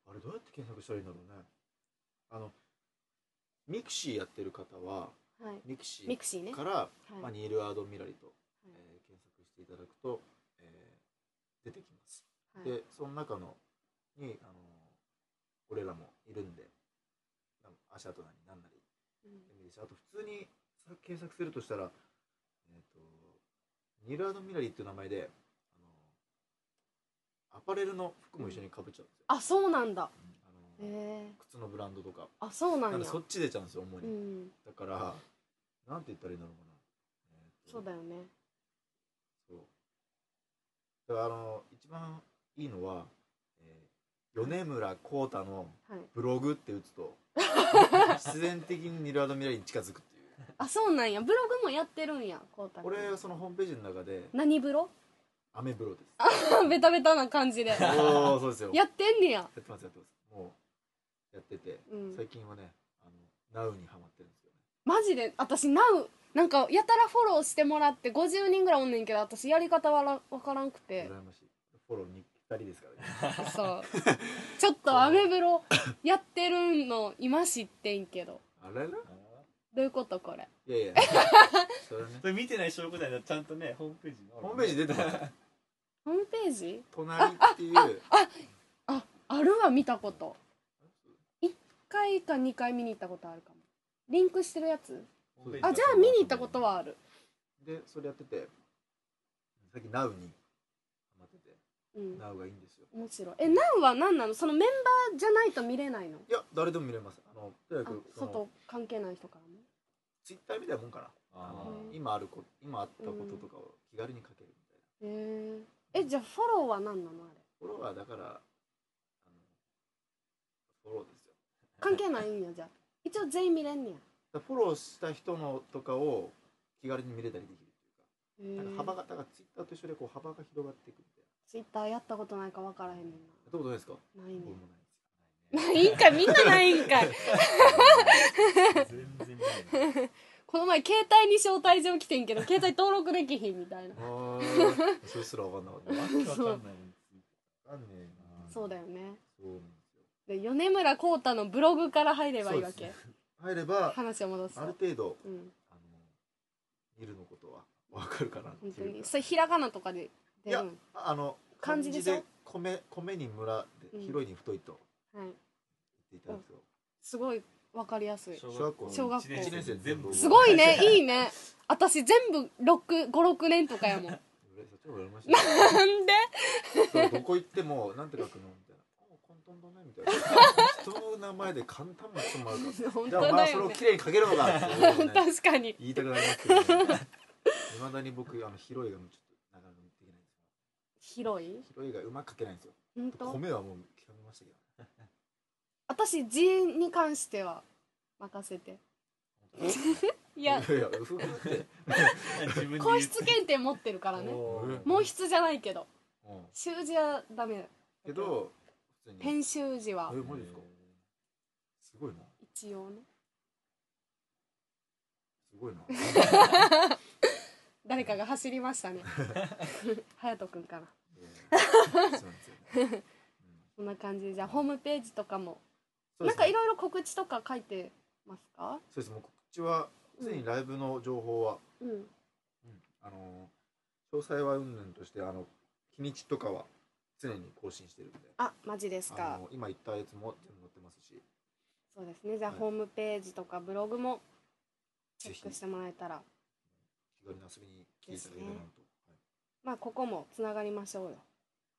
Speaker 2: あれどうやって検索したらいいんだろうねあのミクシーやってる方は
Speaker 1: はい
Speaker 2: ミクシ
Speaker 1: ミ
Speaker 2: ー
Speaker 1: クシーね
Speaker 2: から、ま
Speaker 1: は
Speaker 2: あ、
Speaker 1: い
Speaker 2: ニール・アードン・ミラリと、えー検索していただくと、えー出てきます
Speaker 1: はい
Speaker 2: でその中のにあの俺らもいるんであの足跡なりなんなり
Speaker 1: うん
Speaker 2: でもいいしあと普通にさ検索するとしたら、えー、とニルアド・ミラリーっていう名前であのアパレルの服も一緒にかぶっちゃうんですよ、
Speaker 1: あそうなんだ
Speaker 2: あ
Speaker 1: へ
Speaker 2: の
Speaker 1: え
Speaker 2: 靴のブランドとか
Speaker 1: あそうな
Speaker 2: な
Speaker 1: ん
Speaker 2: んで
Speaker 1: や
Speaker 2: そっち出ちゃうんですよ主
Speaker 1: う
Speaker 2: に、
Speaker 1: ん
Speaker 2: だからなんて言ったらいいんだろうかな、えーと
Speaker 1: そうだよね
Speaker 2: そうだからあの一番いいのは、えー米村浩太の
Speaker 1: はい
Speaker 2: ブログって打つと必然的にニルアド・ミラリーに近づくっていう
Speaker 1: あそうなんやブログもやってるんやこうたくん
Speaker 2: 俺はそのホームページの中で
Speaker 1: 何ブロ
Speaker 2: アメブロです
Speaker 1: ベタベタな感
Speaker 2: <laughs>
Speaker 1: じで
Speaker 2: おおそうですよや
Speaker 1: やってんねや
Speaker 2: ってますやってますもうやってて、
Speaker 1: うん
Speaker 2: 最近はねあのナウにハマってるんですよね
Speaker 1: マジで私 NOW なんかやたらフォローしてもらって50人ぐらいおんねんけど私やり方はらわからんく <laughs> て
Speaker 2: 羨ましいフォローに2人ですからね
Speaker 1: そうちょっとアメブロやってるの今知ってんけど
Speaker 2: あれら
Speaker 1: どういうことこれ
Speaker 2: いやいやそれね
Speaker 3: それ見てない証拠だよちゃんとねホームページにある
Speaker 2: <laughs> ホームページ出てますよ
Speaker 1: ホームページ
Speaker 2: 隣っていう
Speaker 1: あるわ見たこと1回か2回見に行ったことあるかもリンクしてるやつ
Speaker 3: ホームページ
Speaker 1: あじゃあ見に行ったことはある
Speaker 2: でそれやってて最近ナウにハマってて
Speaker 1: うん
Speaker 2: ナウがいいんですよ
Speaker 1: 面白いえ NOW は何なのそのメンバーじゃないと見れないの
Speaker 2: いや誰でも見れますあのとに
Speaker 1: あ
Speaker 2: かくその
Speaker 1: 外関係ない人からね
Speaker 2: ツイッターみたいなもんかなあの
Speaker 1: う
Speaker 2: 今あるこ今あったこととかを気軽に書けるみたいな
Speaker 1: へええじゃあフォローは何なのあれ
Speaker 2: フォロワーだからあのフォローですよ
Speaker 1: 関係ないんやじゃあ一応全員見れんねや
Speaker 2: だからフォローした人のとかを気軽に見れたりできる
Speaker 1: へ
Speaker 2: っていうかなん
Speaker 1: え
Speaker 2: か幅がだからツイッターと一緒でこう幅が広がっていくみたいな
Speaker 1: ツイッターやったことないか分からへんねん
Speaker 2: やったことないですか
Speaker 1: なないね
Speaker 2: 僕も
Speaker 1: ん
Speaker 2: ないで
Speaker 1: <laughs>
Speaker 2: す
Speaker 1: ないんかいみんなないんかい
Speaker 3: <laughs> 全然見ない
Speaker 1: <laughs> この前携帯に招待状来てんけど携帯登録できひんみたいな
Speaker 2: あーそれすら分かんなかった
Speaker 3: わけわかんない
Speaker 2: 分かんねえな
Speaker 1: そうだ
Speaker 2: よ
Speaker 1: よね
Speaker 2: そうなんですよ
Speaker 1: で米村浩太のブログから入ればいいわ
Speaker 2: そう
Speaker 1: け
Speaker 2: で入れば
Speaker 1: 話を戻す
Speaker 2: ある
Speaker 1: と
Speaker 2: 程度
Speaker 1: うん
Speaker 2: あの見るのことは分かるかなってい
Speaker 1: 本
Speaker 2: う
Speaker 1: 当にそれひらがなとかで出るん
Speaker 2: いあの
Speaker 1: 漢字でしょ
Speaker 2: 米米に村
Speaker 1: う
Speaker 2: で
Speaker 1: ん
Speaker 2: 広いに太いと
Speaker 1: はい
Speaker 2: 言っていただくと、
Speaker 1: すごい分かりやすい
Speaker 2: 小学校
Speaker 1: 小学校
Speaker 3: 一年生全部
Speaker 1: すごいねいいね私全部56年とかやもんなん
Speaker 2: 俺そっちの方が羨ましいな
Speaker 1: で
Speaker 2: そうどこ行ってもなんて書くのみたいな「お簡単だね」みたいな人の名前で簡単な質問あるか
Speaker 1: <laughs>
Speaker 2: ら
Speaker 1: 本
Speaker 2: じゃ
Speaker 1: 当
Speaker 2: あお前は
Speaker 1: だ
Speaker 2: それ
Speaker 1: よ
Speaker 2: を
Speaker 1: ね
Speaker 2: きれいに書けるのかっていうことをね
Speaker 1: 確かに
Speaker 2: 言いたくなりますけどい、まだに僕あの広いがちょっとなかなかできないんです
Speaker 1: 広い
Speaker 2: よ広いがうまく書けないんですよ
Speaker 1: 本当
Speaker 2: 米はもう極めましたけど
Speaker 1: 私字に関しては任せていや
Speaker 2: いやいやうふふって
Speaker 3: 自分で
Speaker 1: 皇室検定持ってるからね毛筆じゃないけど
Speaker 2: うん
Speaker 1: 習字はダメ
Speaker 2: けど普通に
Speaker 1: 編集字は
Speaker 2: えマジですかすごいな
Speaker 1: 一応ね
Speaker 2: す
Speaker 1: <laughs>
Speaker 2: ごいな
Speaker 1: 誰かが走りました
Speaker 2: <laughs>
Speaker 1: ね隼人君から
Speaker 2: いやいやそうなんですよね
Speaker 1: こんな感じでじゃあホームページとかも
Speaker 2: そう
Speaker 1: な
Speaker 2: で
Speaker 1: ん
Speaker 2: す
Speaker 1: か
Speaker 2: ね
Speaker 1: いろいろ告知とか書いてますか
Speaker 2: そうですもう告知はすでにライブの情報は、
Speaker 1: うん
Speaker 2: あの詳細は云々としてあの日にちとかは常に更新してるんで
Speaker 1: あマジです
Speaker 2: あ
Speaker 1: か
Speaker 2: の今言ったやつも全部載ってますし
Speaker 1: そうですねじゃあ
Speaker 2: はい
Speaker 1: ホームページとかブログもチ
Speaker 2: ぜ
Speaker 1: ェ
Speaker 2: ひ
Speaker 1: ックしてもらえたら
Speaker 2: 気軽に遊びに来ていただければなと、
Speaker 1: まあここもつながりましょうよ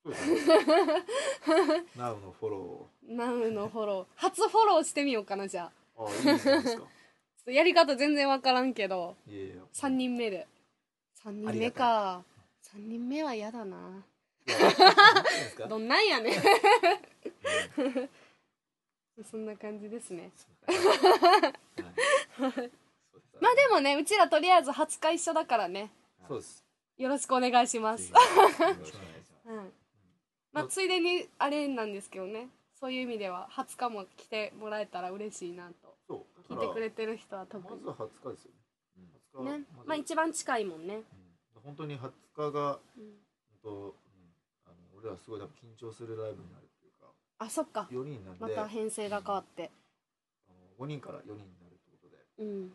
Speaker 2: はい、そうですねなおのフォロ
Speaker 1: ナウのフォロー初フォローしてみようかなじゃあ
Speaker 2: ーをあいいんじゃない
Speaker 1: <laughs>
Speaker 2: ですか
Speaker 1: ちょっとやり方全然わからんけど
Speaker 2: いやいや
Speaker 1: 3人目で3人目か3人目は嫌だない
Speaker 2: やいいんじゃないですか
Speaker 1: どんなんや <laughs> ねんそんな感じですね
Speaker 2: そうです
Speaker 1: まあでもねうちらとりあえず20日一緒だからね
Speaker 2: そうです
Speaker 1: よろしくお願いします、
Speaker 3: よろしくお願いしま
Speaker 1: うんまあ、ついでにあれなんですけどねそういう意味では20日も来てもらえたら嬉しいなと
Speaker 2: そう
Speaker 1: 聞
Speaker 2: だ
Speaker 1: い
Speaker 2: から
Speaker 1: てくれてる人は特
Speaker 2: まずは20日ですよね。20
Speaker 1: に
Speaker 2: 日は
Speaker 1: ねまあ一番近いもんね、
Speaker 2: うん本当に20日が、
Speaker 1: うん
Speaker 2: うんとうんあの俺だからすごい多分緊張するライブになるっていうか
Speaker 1: あそっか
Speaker 2: 4人なん
Speaker 1: ま
Speaker 2: で、
Speaker 1: た編成が変わって
Speaker 2: あの5人から4人になるってこと
Speaker 1: う
Speaker 2: で
Speaker 1: ん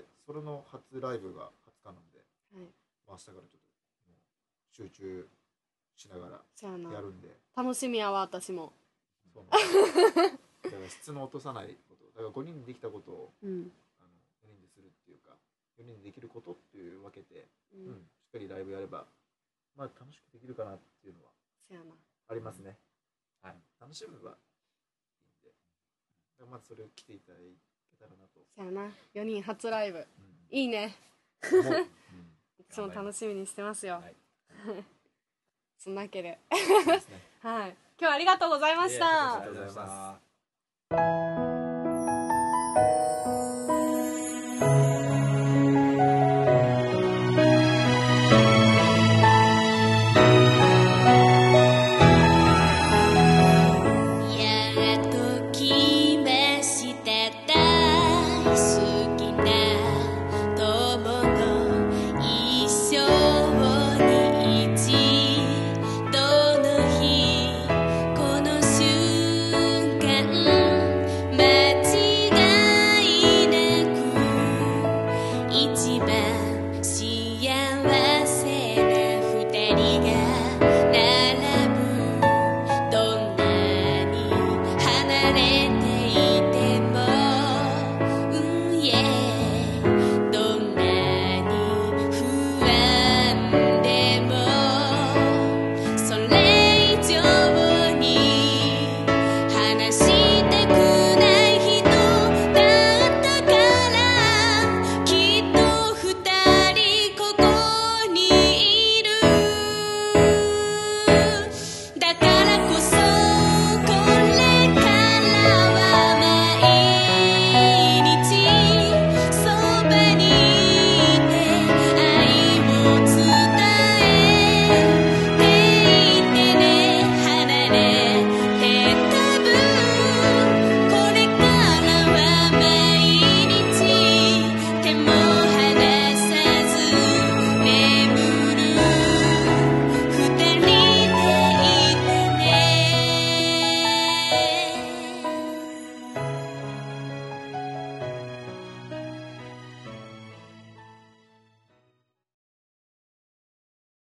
Speaker 2: でそれの初ライブが20日なんで、
Speaker 1: はい
Speaker 2: まあ、明日からちょっともう集中しながら
Speaker 1: そうやな
Speaker 2: やるんで、
Speaker 1: 楽しみやわ私も
Speaker 2: そう
Speaker 1: <laughs>
Speaker 2: なんですだから質の落とさないことだから5人でできたことを
Speaker 1: うん、
Speaker 2: あの4人でするっていうか4人でできることっていう分けて、
Speaker 1: う
Speaker 2: うんん、しっかりライブやればまあ楽しくできるかなっていうのは
Speaker 1: そうやな
Speaker 2: ありますね、
Speaker 3: はい、
Speaker 2: 楽しめばいいんでだからまずそれを来ていただけたらなと、
Speaker 1: そうやな4人初ライブ <laughs>
Speaker 2: う
Speaker 1: いいね
Speaker 2: ん思う、うん
Speaker 1: 私も楽しみにしてますよ、
Speaker 3: はい
Speaker 1: <laughs> そんなわけで
Speaker 2: そうですね
Speaker 1: はい今日はありがとうございました、
Speaker 3: ありがとうございました。